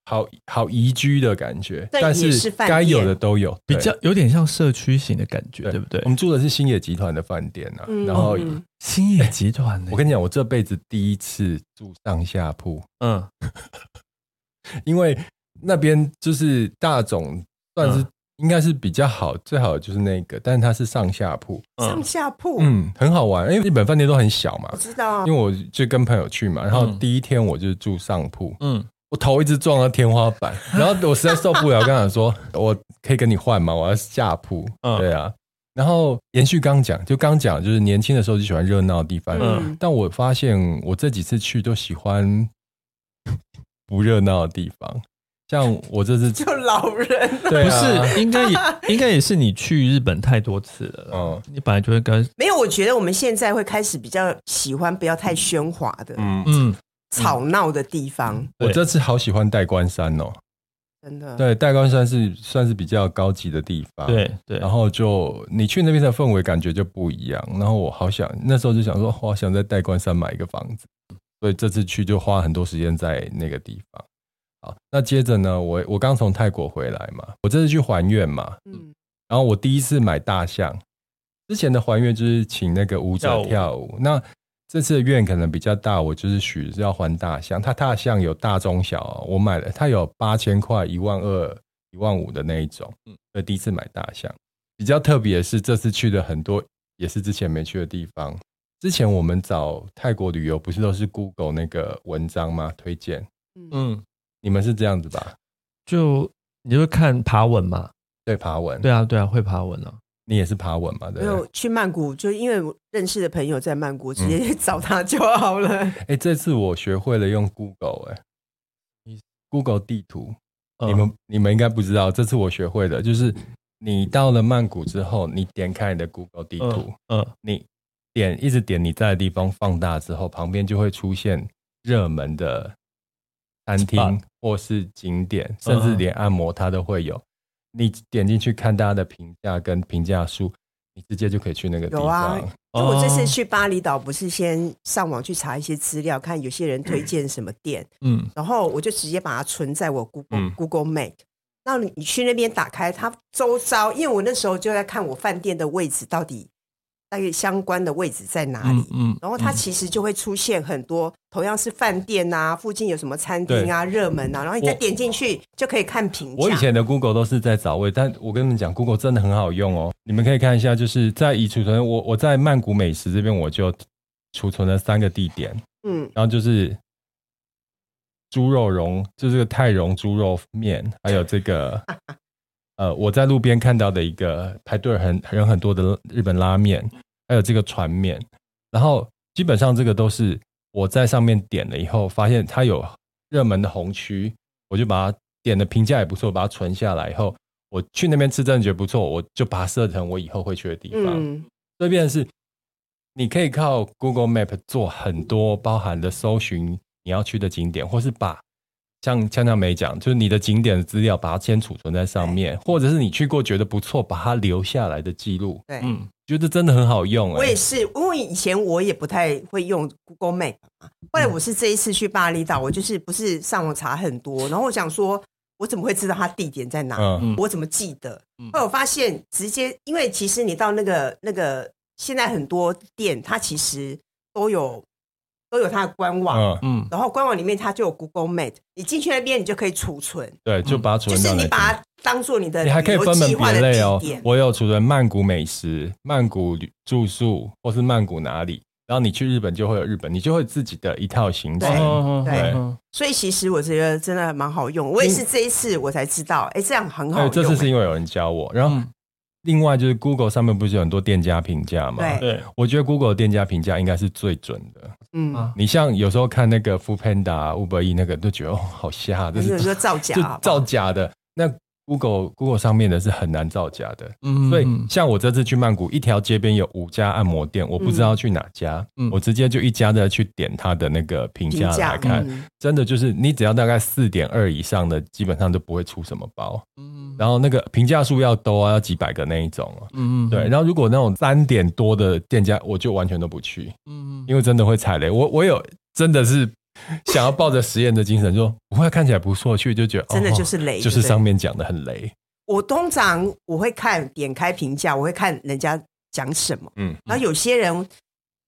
Speaker 1: 好好宜居的感觉。
Speaker 3: 但
Speaker 1: 但
Speaker 3: 也
Speaker 1: 是
Speaker 3: 是饭店
Speaker 1: 该有的都有，
Speaker 2: 比
Speaker 1: 对
Speaker 2: 较有点像社区型的感觉，
Speaker 1: 对
Speaker 2: 对不对
Speaker 1: 我？们住的是星野集团的饭店啊，
Speaker 3: 嗯
Speaker 1: 然后
Speaker 3: 嗯
Speaker 2: 星野集团呢、
Speaker 1: 我跟你讲，我这辈子第一次住上下铺，
Speaker 2: 嗯，
Speaker 1: 因为那边就是大总算是、
Speaker 2: 嗯
Speaker 1: 应该是比较好，最好的就是那个，但是它是上下铺，
Speaker 2: 嗯
Speaker 3: 上下铺，
Speaker 1: 嗯，很好玩，因为日本饭店都很小嘛
Speaker 3: 我。知道啊
Speaker 1: 因为。我就跟朋友去嘛，然后
Speaker 2: 嗯
Speaker 1: 第一天我就住上铺，
Speaker 2: 嗯，
Speaker 1: 我头一直撞到天花板，然后我实在受不了，跟他说我可以跟你换吗？我要下铺，
Speaker 2: 嗯
Speaker 1: 对啊。然后延续刚讲，就刚讲就是年轻的时候就喜欢热闹的地方，
Speaker 3: 嗯，
Speaker 1: 但我发现我这几次去都喜欢 不热闹的地方，像我这次
Speaker 3: 就老人
Speaker 1: 对、
Speaker 2: 不
Speaker 1: 啊、
Speaker 2: 是，应该也应该也是你去日本太多次了啦，
Speaker 1: 嗯
Speaker 2: 你本来就应该，
Speaker 3: 没有，我觉得我们现在会开始比较喜欢不要太喧哗的、
Speaker 1: 嗯，
Speaker 2: 嗯，
Speaker 3: 吵闹的地方，
Speaker 1: 我这次好喜欢代官山哦，
Speaker 3: 真的。
Speaker 1: 对，代官山是算是比较高级的地方，。
Speaker 2: 嗯对对，
Speaker 1: 啊然后就你去那边的氛围感觉就不一样，然后我好想那时候就想说，我好想在代官山买一个房子，所以这次去就花很多时间在那个地方。好，那接着呢，我我刚从泰国回来嘛，我这次去还愿嘛，
Speaker 3: 嗯，
Speaker 1: 然后我第一次买大象，之前的还愿就是请那个舞者
Speaker 2: 跳舞
Speaker 1: 跳舞。那这次的愿可能比较大，我就是许是要还大象。它大象有大中小哦、我买了，它有八千块、一万二、一万五的那一种。嗯，所以第一次买大象。比较特别的是，这次去的很多也是之前没去的地方。之前我们找泰国旅游，不是都是 Google 那个文章吗？推荐
Speaker 2: 嗯，
Speaker 1: 你们是这样子吧？
Speaker 2: 就你就看爬文嘛，
Speaker 1: 对，爬文，
Speaker 2: 对啊对啊，会爬文啊，
Speaker 1: 你也是爬文嘛？对不
Speaker 3: 没
Speaker 1: 对。嗯
Speaker 3: 有去曼谷，就因为我认识的朋友在曼谷，直接去找他就好了。
Speaker 1: 哎、这次我学会了用 Google 哎、
Speaker 2: 意思
Speaker 1: g o o g l e 地图，
Speaker 2: 嗯
Speaker 1: 你们你们应该不知道，这次我学会的就是你到了曼谷之后，你点开你的 Google 地图，
Speaker 2: 嗯嗯
Speaker 1: 你点一直点你在的地方放大之后，旁边就会出现热门的餐厅
Speaker 2: Spot
Speaker 1: 或是景点，甚至连按摩它都会有。你点进去看大家的评价跟评价数，你直接就可以去那个地
Speaker 3: 有啊
Speaker 1: 方。
Speaker 3: 因为我这次
Speaker 2: 哦
Speaker 3: 去巴厘岛，不是先上网去查一些资料，看有些人推荐什么店，
Speaker 2: 嗯
Speaker 3: 然后我就直接把它存在我 Google、
Speaker 1: 嗯
Speaker 3: Google Map。那你去那边打开它周遭，因为我那时候就在看我饭店的位置到底大概相关的位置在哪里。
Speaker 2: 嗯
Speaker 3: 然后它其实就会出现很多，同样是饭店啊，附近有什么餐厅啊、热门啊，然后你再
Speaker 1: 我
Speaker 3: 点进去就可以看评价。
Speaker 1: 我以前的 Google 都是在找位，但我跟你们讲，Google 真的很好用哦。你们可以看一下，就是在已储存，我我在曼谷美食这边我就储存了三个地点，
Speaker 3: 嗯，
Speaker 1: 然后就是猪肉蓉，就是这个泰蓉猪肉面，还有这 个呃我在路边看到的一个排队很人很多的日本拉面，还有这个船面，然后基本上这个都是我在上面点了以后，发现它有热门的红区，我就把它点的评价也不错，把它存下来以后，我去那边吃真的觉得不错，我就把它设成我以后会去的地方。
Speaker 3: 嗯，
Speaker 1: 这边是你可以靠 Google Map 做很多包含的搜寻你要去的景点，或是把像像像梅讲，就是你的景点的资料把它先储存在上面，或者是你去过觉得不错，把它留下来的记录，
Speaker 3: 对。
Speaker 2: 嗯
Speaker 1: 觉得真的很好用、欸。
Speaker 3: 我也是，因为以前我也不太会用 Google Map 嘛。后
Speaker 1: 嗯
Speaker 3: 来我是这一次去巴厘岛，我就是不是上网查很多，然后我想说，我怎么会知道它地点在哪？
Speaker 1: 嗯
Speaker 2: 嗯
Speaker 3: 我怎么记得
Speaker 2: 嗯？
Speaker 3: 后来我发现，直接因为其实你到那个那个，现在很多店它其实都有都有它的官网，
Speaker 1: 嗯，
Speaker 2: 嗯
Speaker 3: 然后官网里面它就有 Google Map，你进去那边你就可以储存，
Speaker 1: 对，就把它储
Speaker 3: 嗯就
Speaker 1: 存
Speaker 3: 是
Speaker 1: 到
Speaker 3: 你
Speaker 1: 那
Speaker 3: 把
Speaker 1: 边。
Speaker 3: 它当做你的
Speaker 1: 你还可以
Speaker 3: 旅游
Speaker 1: 分门
Speaker 3: 计划
Speaker 1: 别
Speaker 3: 的
Speaker 1: 类
Speaker 3: 地
Speaker 1: 哦
Speaker 3: 点。，
Speaker 1: 我有储存曼谷美食、曼谷旅住宿，或是曼谷哪里。然后你去日本就会有日本，你就会有自己的一套行
Speaker 3: 对
Speaker 1: 程。
Speaker 2: 嗯
Speaker 3: 所以其实我觉得真的蛮好用，我也是这一次我才知道，哎、这样很好
Speaker 1: 对，嗯
Speaker 3: 用、嗯
Speaker 1: 这次是
Speaker 3: 诶
Speaker 1: 因为有人教我，然后另外就是 Google 上面不是有很多店家评价吗？
Speaker 3: 对
Speaker 2: 哦对
Speaker 1: 我觉得 Google 的店家评价应该是最准的。
Speaker 3: 嗯，
Speaker 2: 啊
Speaker 1: 你像有时候看那个 Food Panda、Uber E 那个，都觉得哦好瞎，这
Speaker 3: 有
Speaker 1: 是
Speaker 3: 人说造假
Speaker 1: 就
Speaker 3: 好不好
Speaker 1: 造假的。那 Google Google 上面的是很难造假的。
Speaker 2: 嗯
Speaker 1: 所以像我这次去曼谷，一条街边有五家按摩店，我不知道去哪家，
Speaker 2: 嗯
Speaker 1: 我直接就一家的去点它的那个评
Speaker 3: 评
Speaker 1: 价
Speaker 3: 价
Speaker 1: 来看，
Speaker 3: 嗯
Speaker 1: 真的就是你只要大概四点二以上的，基本上都不会出什么包。
Speaker 2: 嗯
Speaker 1: 然后那个评价数要多啊，要几百个那一种哦。
Speaker 2: 嗯
Speaker 1: 对，然后如果那种三点多的店家，我就完全都不去，
Speaker 2: 嗯
Speaker 1: 因为真的会踩雷。我我有真的是想要抱着实验的精神说，不会看起来不错，去就觉得
Speaker 3: 真的
Speaker 1: 哦
Speaker 3: 就是雷，
Speaker 1: 就是
Speaker 3: 对不对
Speaker 1: 上面讲的很雷。
Speaker 3: 我通常我会看点开评价，我会看人家讲什么，
Speaker 1: 嗯
Speaker 3: 然后有些人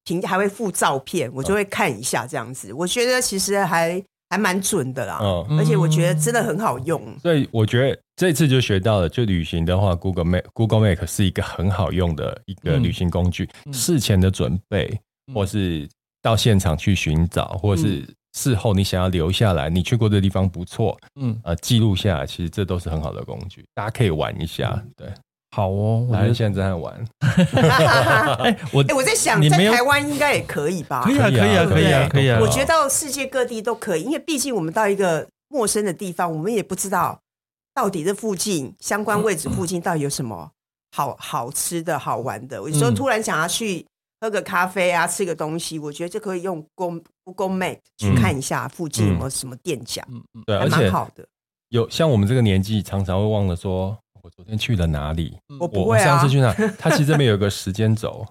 Speaker 3: 评还会附照片，我就会看一下这样子，我觉得其实还还蛮准的啦，
Speaker 1: 嗯，
Speaker 3: 而且我觉得真的很好用，
Speaker 1: 所以我觉得这次就学到了，就旅行的话，Google Map Google Map 是一个很好用的一个
Speaker 2: 嗯
Speaker 1: 旅行工具。
Speaker 2: 嗯
Speaker 1: 事前的准备，
Speaker 2: 嗯
Speaker 1: 或是到现场去寻找，或是
Speaker 3: 嗯
Speaker 1: 事后你想要留下来，你去过的地方不错，
Speaker 2: 嗯
Speaker 1: 呃记录下来，其实这都是很好的工具，大家可以玩一下。对，
Speaker 2: 好哦，嗯我
Speaker 1: 反
Speaker 2: 觉
Speaker 1: 正现
Speaker 2: 得
Speaker 1: 在正在玩，
Speaker 3: 哎、
Speaker 2: 哎我
Speaker 3: 我在想
Speaker 2: 你
Speaker 3: 在
Speaker 2: 没有
Speaker 3: 台湾应该也可以吧，
Speaker 2: 可以啊可以啊可以啊可以啊，
Speaker 3: 我觉得到世界各地都可以，因为毕竟我们到一个陌生的地方，我们也不知道到底这附近相关位置附近到底有什么好好吃的好玩的。有时候
Speaker 2: 嗯
Speaker 3: 突然想要去喝个咖啡啊，吃个东西，我觉得就可以用 Google Google Map 去看一下附近有没有什么店家，
Speaker 2: 嗯嗯
Speaker 1: 对，啊
Speaker 3: 还
Speaker 1: 而
Speaker 3: 蛮
Speaker 1: 且
Speaker 3: 好的。
Speaker 1: 有像我们这个年纪，常常会忘了说，我昨天去了哪里，
Speaker 3: 我
Speaker 1: 我
Speaker 3: 不
Speaker 1: 我
Speaker 3: 会
Speaker 1: 上
Speaker 3: 啊
Speaker 1: 次， 去哪，它其实这边有个时间轴，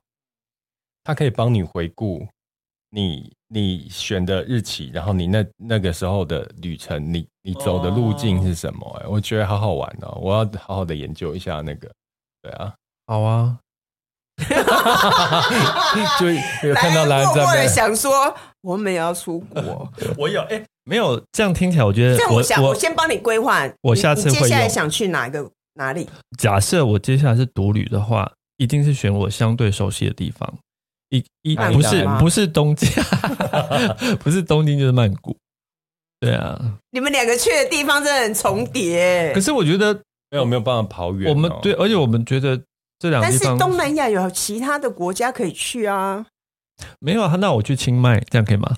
Speaker 1: 它可以帮你回顾你你选的日期，然后你那那个时候的旅程，你你走的路径
Speaker 3: 哦
Speaker 1: 是什么、哎，我觉得好好玩哦，我要好好的研究一下那个。对 啊，
Speaker 2: 好啊，
Speaker 1: 就有看到蓝
Speaker 3: 默默的
Speaker 1: 在
Speaker 3: 想说我们也要出国，
Speaker 2: 我有哎没有这样听起来，我觉得
Speaker 3: 这样
Speaker 2: 我
Speaker 3: 我想我先帮你规划，
Speaker 2: 我
Speaker 3: 你
Speaker 2: 下次
Speaker 3: 你接
Speaker 2: 会
Speaker 3: 下来
Speaker 2: 用
Speaker 3: 想去哪一个哪里？
Speaker 2: 假设我接下来是独旅的话，一定是选我相对熟悉的地方。一一
Speaker 1: 曼
Speaker 2: 不
Speaker 1: 谷
Speaker 2: 是
Speaker 3: 吗
Speaker 2: 不是东京， 不是东京就是曼谷。对啊，
Speaker 3: 你们两个去的地方真的很重叠。
Speaker 2: 可是我觉得
Speaker 1: 没有没有办法跑远哦、
Speaker 2: 我们对，而且我们觉得这两个
Speaker 3: 但
Speaker 2: 地
Speaker 3: 是
Speaker 2: 方
Speaker 3: 东南亚有其他的国家可以去 啊，
Speaker 2: 没有啊。那我去清迈，这样可以吗？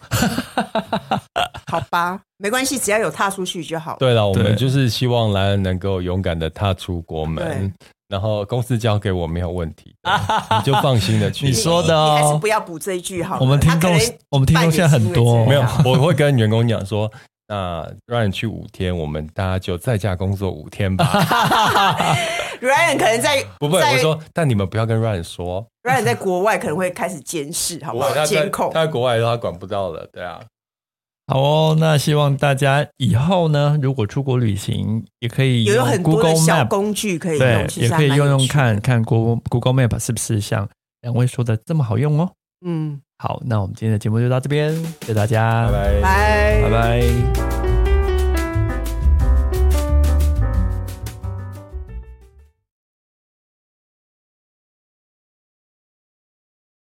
Speaker 3: 好吧，没关系，只要有踏出去就好。
Speaker 1: 对了，我
Speaker 2: 对
Speaker 1: 们就是希望莱恩能够勇敢的踏出国门
Speaker 3: 对，
Speaker 1: 然后公司交给我没有问 题的，你就放心的去。
Speaker 2: 你说的
Speaker 3: 你还是
Speaker 2: 哦
Speaker 3: 不，要补这一句好了。
Speaker 2: 我们听
Speaker 3: 他
Speaker 2: 众
Speaker 3: 可能
Speaker 2: 我们听众现在很多哦
Speaker 1: 没
Speaker 3: 半年
Speaker 1: 有
Speaker 3: 是因 为这样，
Speaker 1: 我会跟员工讲说，那让你去五天，我们大家就在家工作五天 吧。
Speaker 3: Ryan 可能在
Speaker 1: 不会，
Speaker 3: 在
Speaker 1: 我说，但你们不要跟 Ryan 说，
Speaker 3: Ryan 在国外可能会开始监视，好不
Speaker 1: 我
Speaker 3: 好？
Speaker 1: 他在
Speaker 3: 监控。
Speaker 1: 他在国外他管不到了，对啊，
Speaker 2: 好哦。那希望大家以后呢，如果出国旅行，也可以
Speaker 3: 有有很多
Speaker 2: Google
Speaker 3: 的小
Speaker 2: Map
Speaker 3: 工具可以
Speaker 2: 对
Speaker 3: 用，，其
Speaker 2: 也
Speaker 3: 实还
Speaker 2: 可以
Speaker 3: 蛮
Speaker 2: 用
Speaker 3: 有
Speaker 2: 用
Speaker 3: 趣的
Speaker 2: 看看 Google Google Map 是不是像两位说的这么好用哦。
Speaker 3: 嗯，
Speaker 2: 好，那我们今天的节目就到这边，谢谢大家，
Speaker 1: 拜拜。
Speaker 3: 拜
Speaker 2: 拜拜